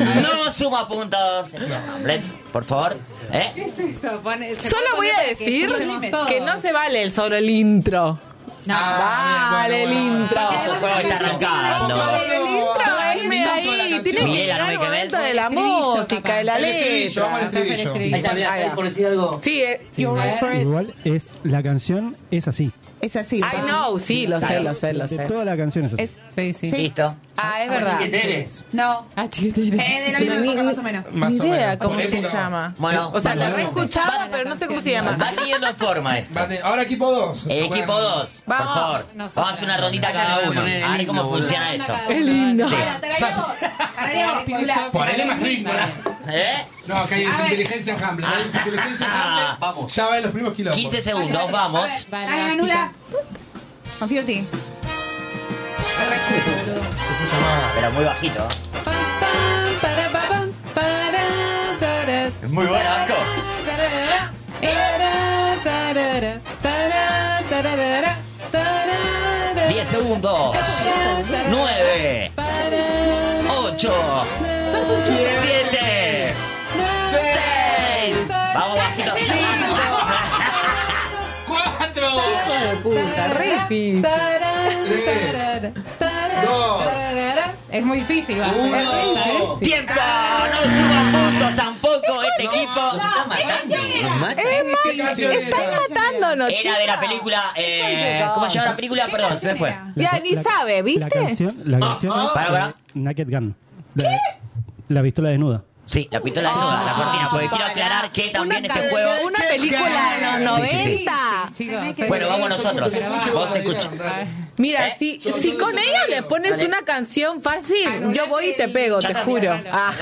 Speaker 2: Uno. No suma puntos. Hamlet, por favor. ¿Eh?
Speaker 5: ¿Qué es eso? Pone- se
Speaker 7: Solo
Speaker 5: pone
Speaker 7: voy a
Speaker 5: para que
Speaker 7: decir
Speaker 5: escuchemos
Speaker 7: que
Speaker 5: todos.
Speaker 7: no se vale el sobre el intro. No, vale el intro.
Speaker 2: El juego está arrancando.
Speaker 7: El intro es medio ahí. Tiene que
Speaker 2: Miguel,
Speaker 7: llegar el
Speaker 2: Aromeca,
Speaker 7: momento
Speaker 2: ¿ves?
Speaker 7: de la
Speaker 5: Estribillo,
Speaker 7: música,
Speaker 5: capaz.
Speaker 7: de la
Speaker 3: El estribillo, vamos
Speaker 5: Vamos
Speaker 3: al
Speaker 7: letra.
Speaker 5: a hacer
Speaker 3: estribillo.
Speaker 5: estribillo.
Speaker 9: Ahí está, mirá, ahí por decir algo.
Speaker 7: Sí, eh,
Speaker 12: Sí, igual, igual es, la canción es así.
Speaker 4: Es así.
Speaker 7: I know, sí, lo sé, lo sé, lo
Speaker 12: De
Speaker 7: sé.
Speaker 12: toda la canción es así.
Speaker 4: Es-
Speaker 5: Sí, sí.
Speaker 2: Listo.
Speaker 7: Ah, es verdad.
Speaker 9: Chiqueteres.
Speaker 4: No.
Speaker 7: Ah, chiquitera.
Speaker 4: Eh, de la misma época, más o menos.
Speaker 3: Más
Speaker 7: Ni
Speaker 3: o
Speaker 7: idea
Speaker 3: menos.
Speaker 7: cómo
Speaker 3: Por
Speaker 7: se
Speaker 3: época.
Speaker 7: llama.
Speaker 2: Bueno,
Speaker 7: o sea, la he
Speaker 3: vamos.
Speaker 7: escuchado,
Speaker 5: Vamos.
Speaker 7: pero no sé cómo se
Speaker 5: Vamos.
Speaker 7: llama.
Speaker 2: Va teniendo forma esto.
Speaker 3: Vale, Ahora equipo 2.
Speaker 2: Eh, equipo 2, por
Speaker 7: Vamos.
Speaker 2: favor.
Speaker 5: Nosotras.
Speaker 2: Vamos a hacer una rondita cada uno. A ver cómo funciona esto.
Speaker 7: Es lindo.
Speaker 4: Ahora, tarareamos. Tarareamos, Pirula.
Speaker 3: Ponele más ritmo.
Speaker 2: ¿eh?
Speaker 3: No, que hay desinteligencia en Hamlet. Hay desinteligencia en
Speaker 2: Ah.
Speaker 3: Hamlet. Vamos. Ya van los primeros kilos.
Speaker 2: 15 segundos, vamos.
Speaker 4: Dale, Anula. Confío en ti.
Speaker 2: Pero muy bajito. Es muy bueno, Vasco.
Speaker 5: Para
Speaker 2: 10 segundos. 9, 8, 7, 6. Vamos bajito.
Speaker 3: ¡Cuatro!
Speaker 7: Puta, re difícil.
Speaker 3: dos,
Speaker 5: Es muy difícil, va.
Speaker 9: Uno.
Speaker 2: Tiempo. No suban puntos tampoco este equipo.
Speaker 9: Nos matando. Nos mata.
Speaker 7: Es más,
Speaker 3: ¿Qué canción
Speaker 7: están
Speaker 3: era?
Speaker 7: matándonos.
Speaker 2: Era de la película. Eh, ¿Cómo se llama la película? Perdón, se me fue.
Speaker 7: Ya
Speaker 12: ca-
Speaker 7: ni sabe, ¿viste?
Speaker 12: La canción, la canción
Speaker 9: Ah,
Speaker 12: es
Speaker 2: Pará, pará.
Speaker 12: eh, Naked Gun. La, la pistola desnuda.
Speaker 2: Sí, la pistola desnuda, la cortina. Porque quiero aclarar que también
Speaker 7: una
Speaker 2: este
Speaker 7: canción-
Speaker 2: juego.
Speaker 7: Una película de los
Speaker 2: Sí, sí, sí.
Speaker 7: 90.
Speaker 5: Chicos,
Speaker 2: Bueno, vamos nosotros.
Speaker 5: Pero va.
Speaker 2: Vos escucha.
Speaker 7: Mira,
Speaker 2: ¿Eh?
Speaker 7: si, si con ella le pones
Speaker 2: Dale.
Speaker 7: una canción fácil,
Speaker 5: Anulate
Speaker 7: yo voy y te pego, te
Speaker 2: Ya
Speaker 7: juro.
Speaker 5: está.
Speaker 7: Ah,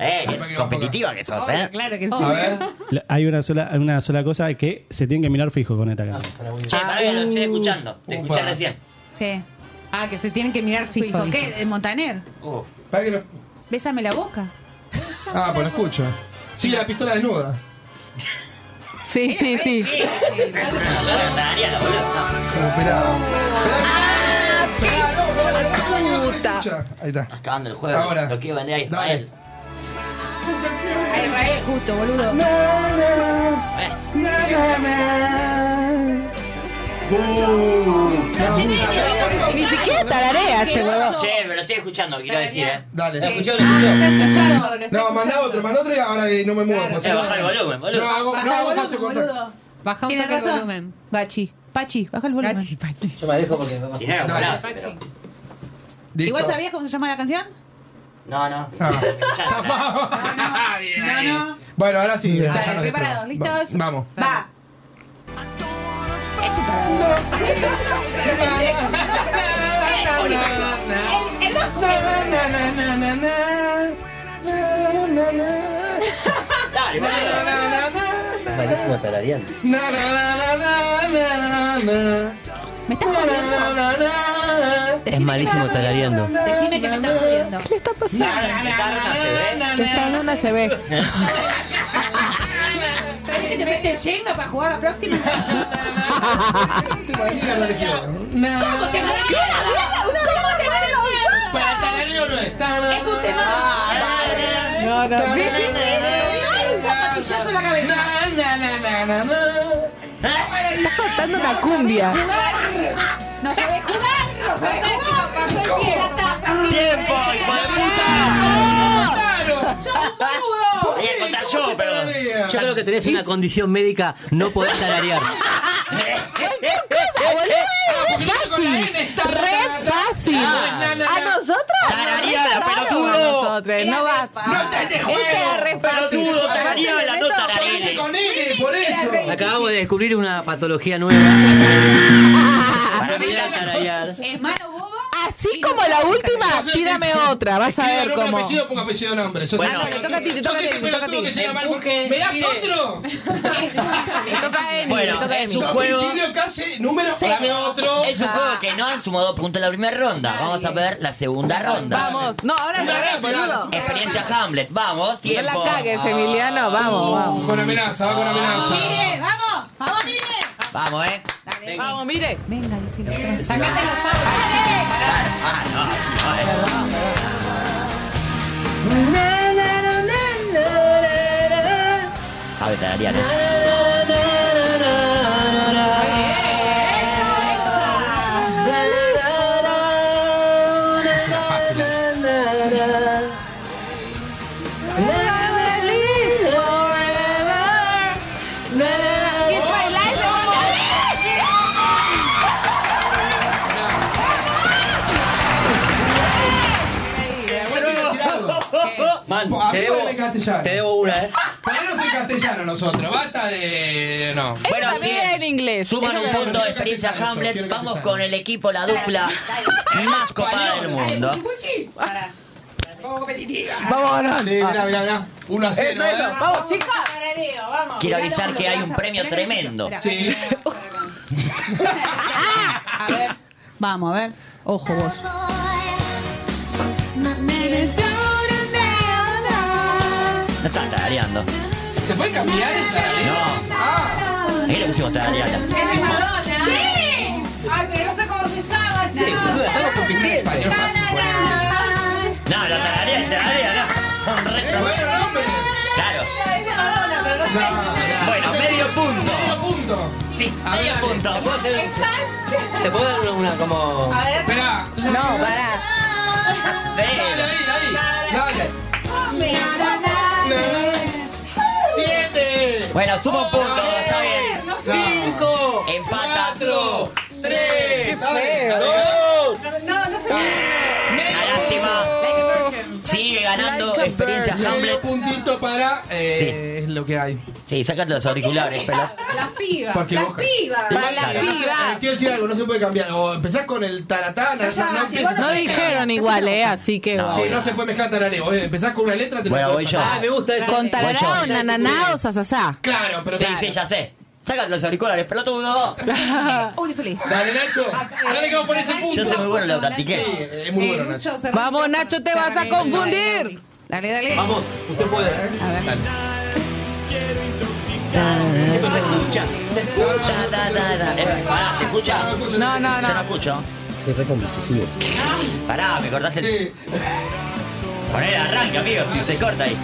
Speaker 2: Eh, qué competitiva que sos,
Speaker 5: Obvio,
Speaker 2: eh.
Speaker 5: Claro que sí.
Speaker 3: A ver.
Speaker 12: La- hay una sola, una sola cosa que se tiene que mirar fijo con esta canción.
Speaker 2: Che, pará, que lo estoy escuchando. Te escuché
Speaker 3: Upa.
Speaker 2: recién.
Speaker 4: Sí.
Speaker 5: Ah, que se tienen que mirar fijo.
Speaker 4: ¿Por qué? ¿De Montaner?
Speaker 2: Uf.
Speaker 3: Para que lo-
Speaker 4: Bésame la boca.
Speaker 3: Ah, pues lo escucho. Sí, la pistola desnuda.
Speaker 7: sí, sí, sí.
Speaker 2: La daría la bola.
Speaker 3: Pero esperá.
Speaker 7: Puta.
Speaker 3: Escucha. Ahí está.
Speaker 2: Estás cagando el juego.
Speaker 3: Ahora.
Speaker 2: Lo quiero vender a Israel.
Speaker 4: A Israel, justo, boludo.
Speaker 7: Eh. Ni siquiera tararea este huevón.
Speaker 2: Che, me lo estoy escuchando, quiero decir, eh. ¿Lo
Speaker 3: Dale.
Speaker 2: escuchó lo escuchó?
Speaker 3: No, manda otro, manda otro y ahora eh, no me muevo. pues, si
Speaker 2: Eh,
Speaker 3: no-
Speaker 2: baja el volumen,
Speaker 3: No,
Speaker 2: boludo.
Speaker 3: hago, no, hago falso contacto.
Speaker 5: Baja un
Speaker 4: Tiene
Speaker 5: toque el
Speaker 4: razón.
Speaker 5: volumen.
Speaker 4: Gachi. Pachi, baja el volumen.
Speaker 5: Gachi, pachi.
Speaker 9: Yo me dejo porque me
Speaker 2: Si no era un
Speaker 3: Dale.
Speaker 2: golazo,
Speaker 5: Pachi.
Speaker 2: pero.
Speaker 3: Listo.
Speaker 4: ¿Igual sabías cómo se llama la canción?
Speaker 2: No, no.
Speaker 3: Ah.
Speaker 2: Escuchá,
Speaker 3: Zafado.
Speaker 4: No, no.
Speaker 3: Bueno, ahora sí.
Speaker 4: Dale,
Speaker 3: dejanos de
Speaker 4: preparados,
Speaker 3: prueba.
Speaker 4: listos.
Speaker 3: Va- Vamos.
Speaker 4: Va.
Speaker 2: Dale, boludo.
Speaker 9: Buenísimo tarareando.
Speaker 4: ¿Me estás jodiendo?
Speaker 9: Es malísimo tarareando.
Speaker 4: Decime que me estás jodiendo.
Speaker 7: ¿Qué le está pasando?
Speaker 2: Guitarra,
Speaker 7: Que está en una se ve.
Speaker 4: ¿Sabes que te metes yendo para jugar la próxima? ¿Cómo te van a ganar? ¿Cómo te van a ganar? Es un tema.
Speaker 7: No, no.
Speaker 4: Sí, sí, sí, sí. Un zapatillazo en la cabeza.
Speaker 2: se ve.
Speaker 7: Está cantando una cumbia.
Speaker 4: ¡No sabes jugar!
Speaker 2: Podría contar yo, pero.
Speaker 9: Yo creo que tenés una condición médica, no podés tararear.
Speaker 7: Ah,
Speaker 2: Ah,
Speaker 7: Re fácil. ¿A nosotros?
Speaker 2: Tarareala,
Speaker 7: Claro, a
Speaker 2: pelotudo.
Speaker 7: nosotros, no basta. Este
Speaker 2: ¡Te juego! ¡Pelotudo, tarareala, no tararees!
Speaker 9: Acabamos de descubrir una patología nueva. Para mí era tararear.
Speaker 4: Es mano boba.
Speaker 7: Así como la última, pídame otra. Vas a ver
Speaker 3: Nombre,
Speaker 7: cómo.
Speaker 3: apellido, pongo apellido nombre. Sos
Speaker 2: Bueno.
Speaker 3: el
Speaker 2: Ah, te
Speaker 7: toca a ti, te
Speaker 3: Sos
Speaker 7: toca a ti,
Speaker 3: ese
Speaker 7: te toca a ti.
Speaker 3: pelotudo que se llama
Speaker 9: Empuje,
Speaker 3: ¿Me das
Speaker 9: tire.
Speaker 3: otro?
Speaker 7: Me toca a Emi, me
Speaker 2: Bueno,
Speaker 7: toca a
Speaker 2: es
Speaker 7: Emi.
Speaker 2: un juego.
Speaker 3: Domicilio, calle, número. Dame otro.
Speaker 2: Es un juego que no han sumado puntos en la primera ronda. Vamos a ver la segunda ronda.
Speaker 7: Vamos. No, ahora al revés, boludo.
Speaker 2: Experiencia Hamlet, vamos,
Speaker 7: No
Speaker 2: tiempo.
Speaker 7: la cagues, Emiliano. Vamos, vamos.
Speaker 3: Con amenaza,
Speaker 7: Ah.
Speaker 3: va con amenaza.
Speaker 4: Mire, vamos, vamos, mire.
Speaker 2: Vamos, eh.
Speaker 4: Dale.
Speaker 7: Vamos, mire.
Speaker 4: Venga, Lucila. Sacate los sábados.
Speaker 2: Ah, no, no, eh. Sabe tararear, eh.
Speaker 7: It's my life, me van a ver.
Speaker 3: Pero bueno, quiero decir algo.
Speaker 9: Man,
Speaker 3: A mí
Speaker 9: te debo,
Speaker 3: poneme en castellano.
Speaker 9: te debo una, eh.
Speaker 3: Ponernos en castellano nosotros. Basta de. No.
Speaker 2: Bueno,
Speaker 7: Esa vida en inglés.
Speaker 2: Suman un punto de experiencia Hamlet. Vamos con el equipo, la dupla más copada del mundo.
Speaker 3: Sí, mirá, mirá, mirá. 1 a ¿eh? 0.
Speaker 7: Vamos, chicas.
Speaker 4: Tarareo, vamos.
Speaker 2: Quiero avisar que hay un premio tremendo.
Speaker 3: Sí.
Speaker 4: A ver. Vamos, a ver. Ojo vos.
Speaker 2: No están tarareando.
Speaker 3: ¿Se puede cambiar eh? el tarareo?
Speaker 2: No.
Speaker 3: Ah,
Speaker 2: Ahí le pusimos tararearla.
Speaker 4: Es de Madonna. Sí. Ay, pero no sé cómo se llama. ese nombre.
Speaker 3: estamos compitiendo en español fácil. bueno.
Speaker 2: No, la tararea, tararea, no. Con
Speaker 3: Pero
Speaker 2: re-
Speaker 3: bueno, no, hombre.
Speaker 2: Claro.
Speaker 4: Es de Madonna, pero no sé.
Speaker 2: Bueno, medio punto.
Speaker 3: Medio punto.
Speaker 2: Sí, medio punto. Vos te-
Speaker 9: Te puedo dar una, una como.
Speaker 3: Esperá.
Speaker 7: No, pará.
Speaker 3: Dale,
Speaker 2: Cero.
Speaker 3: ahí, ahí. Dale. Siete.
Speaker 2: Bueno, sumo un punto, está bien.
Speaker 9: ¡Cinco!
Speaker 2: Empata.
Speaker 3: Cuatro. Tres. Dale.
Speaker 9: ¡Dos!
Speaker 2: La lástima. Sigue ganando experiencia
Speaker 3: Medio
Speaker 2: Hamlet.
Speaker 3: puntito para. Eh, Es lo que hay.
Speaker 2: Sí, sacate los auriculares, pela.
Speaker 4: Las pibas.
Speaker 3: Porque
Speaker 4: las
Speaker 3: vos-
Speaker 4: pibas.
Speaker 7: Para las
Speaker 3: Claro.
Speaker 7: pibas.
Speaker 3: Eh, Quiero decir algo, no se puede cambiar. O empezás con el taratana, no, no empieces.
Speaker 7: No dijeron igual, eh, así que.
Speaker 2: No.
Speaker 7: bueno.
Speaker 3: Sí, no se puede mezclar tarareo. eh, Empezás con una letra, te
Speaker 2: Bueno,
Speaker 3: la
Speaker 2: voy
Speaker 3: puedes
Speaker 2: yo.
Speaker 9: Ah, me gusta eso.
Speaker 7: Con tararao,
Speaker 2: Ocho.
Speaker 7: nananao, sasasá.
Speaker 3: Claro, pero
Speaker 2: Sí, sí, ya sé. Sácate los auriculares, pelotudo.
Speaker 4: Uli feliz.
Speaker 3: Dale, Nacho.
Speaker 5: Ah,
Speaker 3: Dale que vamos por ese punto.
Speaker 2: Yo soy muy bueno, lo
Speaker 3: Sí,
Speaker 2: practiqué.
Speaker 3: es muy
Speaker 4: Eh,
Speaker 3: bueno, Nacho.
Speaker 7: Vamos, Nacho, te vas a confundir.
Speaker 4: Dale, dale.
Speaker 9: Vamos, usted puede. Esto se escucha.
Speaker 2: Ta, ta, ta, ta. Eh, Pará, ¿te escucha?
Speaker 7: No,
Speaker 2: Yo no
Speaker 7: no, no.
Speaker 2: escucho. Pará, me cortaste el...
Speaker 3: Sí.
Speaker 2: Poné el arranque, amigo, si se corta ahí.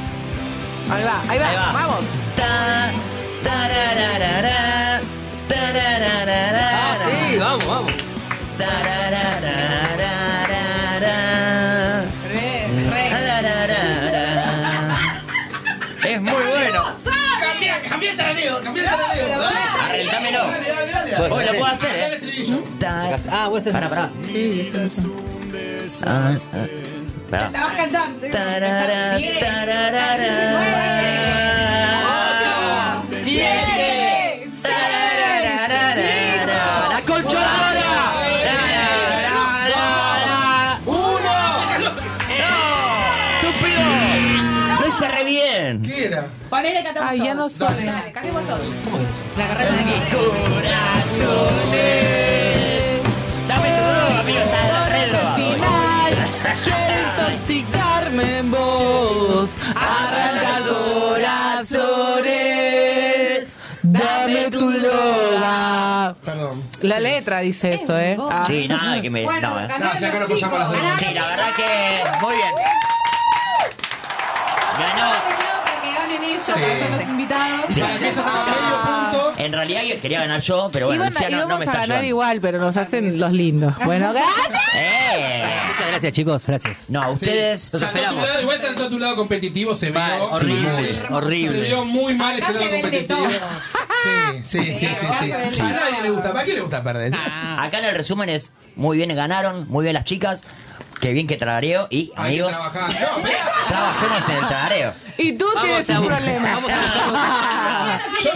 Speaker 7: Ahí va, ahí
Speaker 2: Ahí va.
Speaker 7: va, vamos.
Speaker 2: Ta, tarararara,
Speaker 9: Ah,
Speaker 2: tarararara,
Speaker 9: sí, vamos, vamos.
Speaker 2: tararararara, tarararara. Es muy bueno.
Speaker 3: Cambiá, cambiá el tarareo, cambiá el tarareo. Dale,
Speaker 2: Arrendámelo.
Speaker 3: dale, dale, dale.
Speaker 9: Bueno,
Speaker 2: Vos lo puedo hacer,
Speaker 3: Dale el
Speaker 2: eh.
Speaker 3: estribillo.
Speaker 2: Ta-
Speaker 9: Ah, bueno, este
Speaker 2: Pará, pará. Ah, ah, pará.
Speaker 4: La vas cantando.
Speaker 2: Tarara, tararara.
Speaker 7: ¡Siete!
Speaker 2: Tararararara. ¡La colchonadora! Tarararara. ¡No! ¡Estúpido! Lo hice re bien.
Speaker 3: ¿Qué era?
Speaker 4: Ponele que
Speaker 7: Ay, ya no
Speaker 4: suena.
Speaker 7: suena.
Speaker 4: Dale, cantemos todos. La carrera de
Speaker 2: Mis corazones. Dame tu droga, amigo, está re drogado.
Speaker 7: final, quiero intoxicarme en vos, arrancar corazones, dame tu droga.
Speaker 3: Perdón.
Speaker 7: La letra dice eso, ¿eh? Ah.
Speaker 2: Sí, nada, que me. No, eh.
Speaker 3: No, si acá no pasamos las dos.
Speaker 2: Sí, la verdad que muy bien. Ganó.
Speaker 4: Que gane
Speaker 5: ganan ellos, que son los invitados.
Speaker 2: Sí.
Speaker 5: Para que ellos hagan
Speaker 3: Ah,
Speaker 5: medio punto.
Speaker 2: En realidad yo quería ganar yo, pero bueno,
Speaker 7: Iban a-
Speaker 2: Luciano no
Speaker 7: íbamos
Speaker 2: me
Speaker 7: a
Speaker 2: está
Speaker 7: ganar
Speaker 2: ayudando.
Speaker 7: igual, pero nos hacen los lindos. Bueno, gracias.
Speaker 2: ¡Eh!
Speaker 9: Muchas gracias, chicos. Gracias.
Speaker 2: No, a ustedes
Speaker 9: Los
Speaker 3: Saltó a tu
Speaker 9: esperamos.
Speaker 3: lado, igual saltó a tu lado competitivo, se vio.
Speaker 9: Mal, horrible,
Speaker 3: Se
Speaker 9: horrible.
Speaker 3: vio muy mal ese
Speaker 5: Acá
Speaker 3: lado
Speaker 5: se ven de
Speaker 3: competitivo.
Speaker 5: todos.
Speaker 3: Sí, sí, sí, sí, sí.
Speaker 5: Sí.
Speaker 3: A nadie le gusta, ¿para qué le gusta perder?
Speaker 2: Acá en el resumen es muy bien ganaron, muy bien las chicas, qué bien que tragareo y
Speaker 3: Hay que
Speaker 2: amigo,
Speaker 3: trabajar. No, espera.
Speaker 2: trabajemos en el tragareo.
Speaker 7: Y tú tienes un problema.
Speaker 3: Yo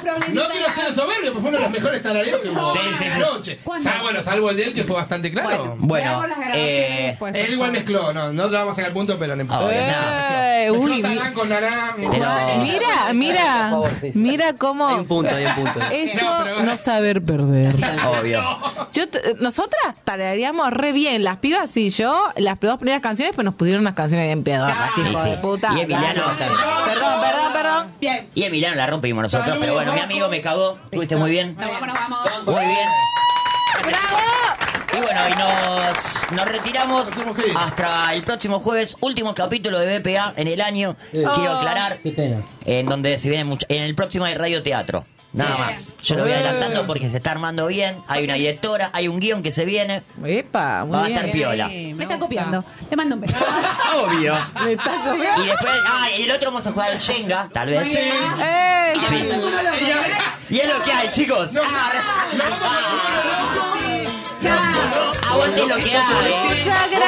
Speaker 3: creo que no quiero ser soberbio, pero fue uno de los mejores tarareos que hubo
Speaker 2: Sí, sí,
Speaker 3: esta
Speaker 2: sí.
Speaker 3: noche. Sa- bueno, salvo el de él que fue bastante claro.
Speaker 2: Bueno,
Speaker 5: Veamos las grabaciones
Speaker 2: eh,
Speaker 5: después.
Speaker 3: Él igual mezcló, no, no lo vamos a sacar punto, pero no importa.
Speaker 2: Ah, bueno.
Speaker 7: Eh,
Speaker 3: Mezcló
Speaker 7: uy,
Speaker 3: tarán
Speaker 7: mi-
Speaker 3: con naranja.
Speaker 2: Pero-
Speaker 7: mira, mira,
Speaker 9: Por favor, sí.
Speaker 7: mira
Speaker 9: Hay
Speaker 7: cómo
Speaker 9: un punto, hay un punto.
Speaker 3: No,
Speaker 7: eso
Speaker 3: pero-
Speaker 7: no saber perder.
Speaker 2: obvio.
Speaker 7: Yo t- nosotras tararíamos re bien, las pibas y yo, las dos primeras canciones, pero nos pusieron unas canciones bien pedorras,
Speaker 2: Sí,
Speaker 7: hijo
Speaker 2: sí.
Speaker 7: de puta.
Speaker 2: Y Emiliano.
Speaker 7: Perdón, perdón, perdón.
Speaker 4: Bien.
Speaker 2: Y Emiliano la rompimos nosotros, pero bueno, mi amigo me cagó, estuviste muy bien.
Speaker 4: Nos vamos, nos vamos.
Speaker 2: Muy bien. Y bueno, y nos, nos retiramos
Speaker 3: Nos tenemos que ir.
Speaker 2: hasta el próximo jueves, último capítulo de BPA en el año. Quiero aclarar,
Speaker 9: Qué pena.
Speaker 2: en donde se viene mucho, en el próximo hay radioteatro. Nada más. Yo lo voy adelantando porque se está armando bien. Hay una directora, hay un guión que se viene.
Speaker 7: Epa, muy
Speaker 2: Va a
Speaker 7: bien.
Speaker 2: estar piola.
Speaker 5: Sí,
Speaker 4: Me está
Speaker 5: gusta.
Speaker 4: copiando. Te mando un beso.
Speaker 2: Obvio.
Speaker 7: Me está
Speaker 2: Y después, ah, y el otro vamos a jugar al Shenga, tal vez.
Speaker 7: ¡Ey!
Speaker 2: Sí. Y es lo que hay, chicos. Ah,
Speaker 4: Chao.
Speaker 2: Aguanten lo que hay.
Speaker 7: Muchas gracias.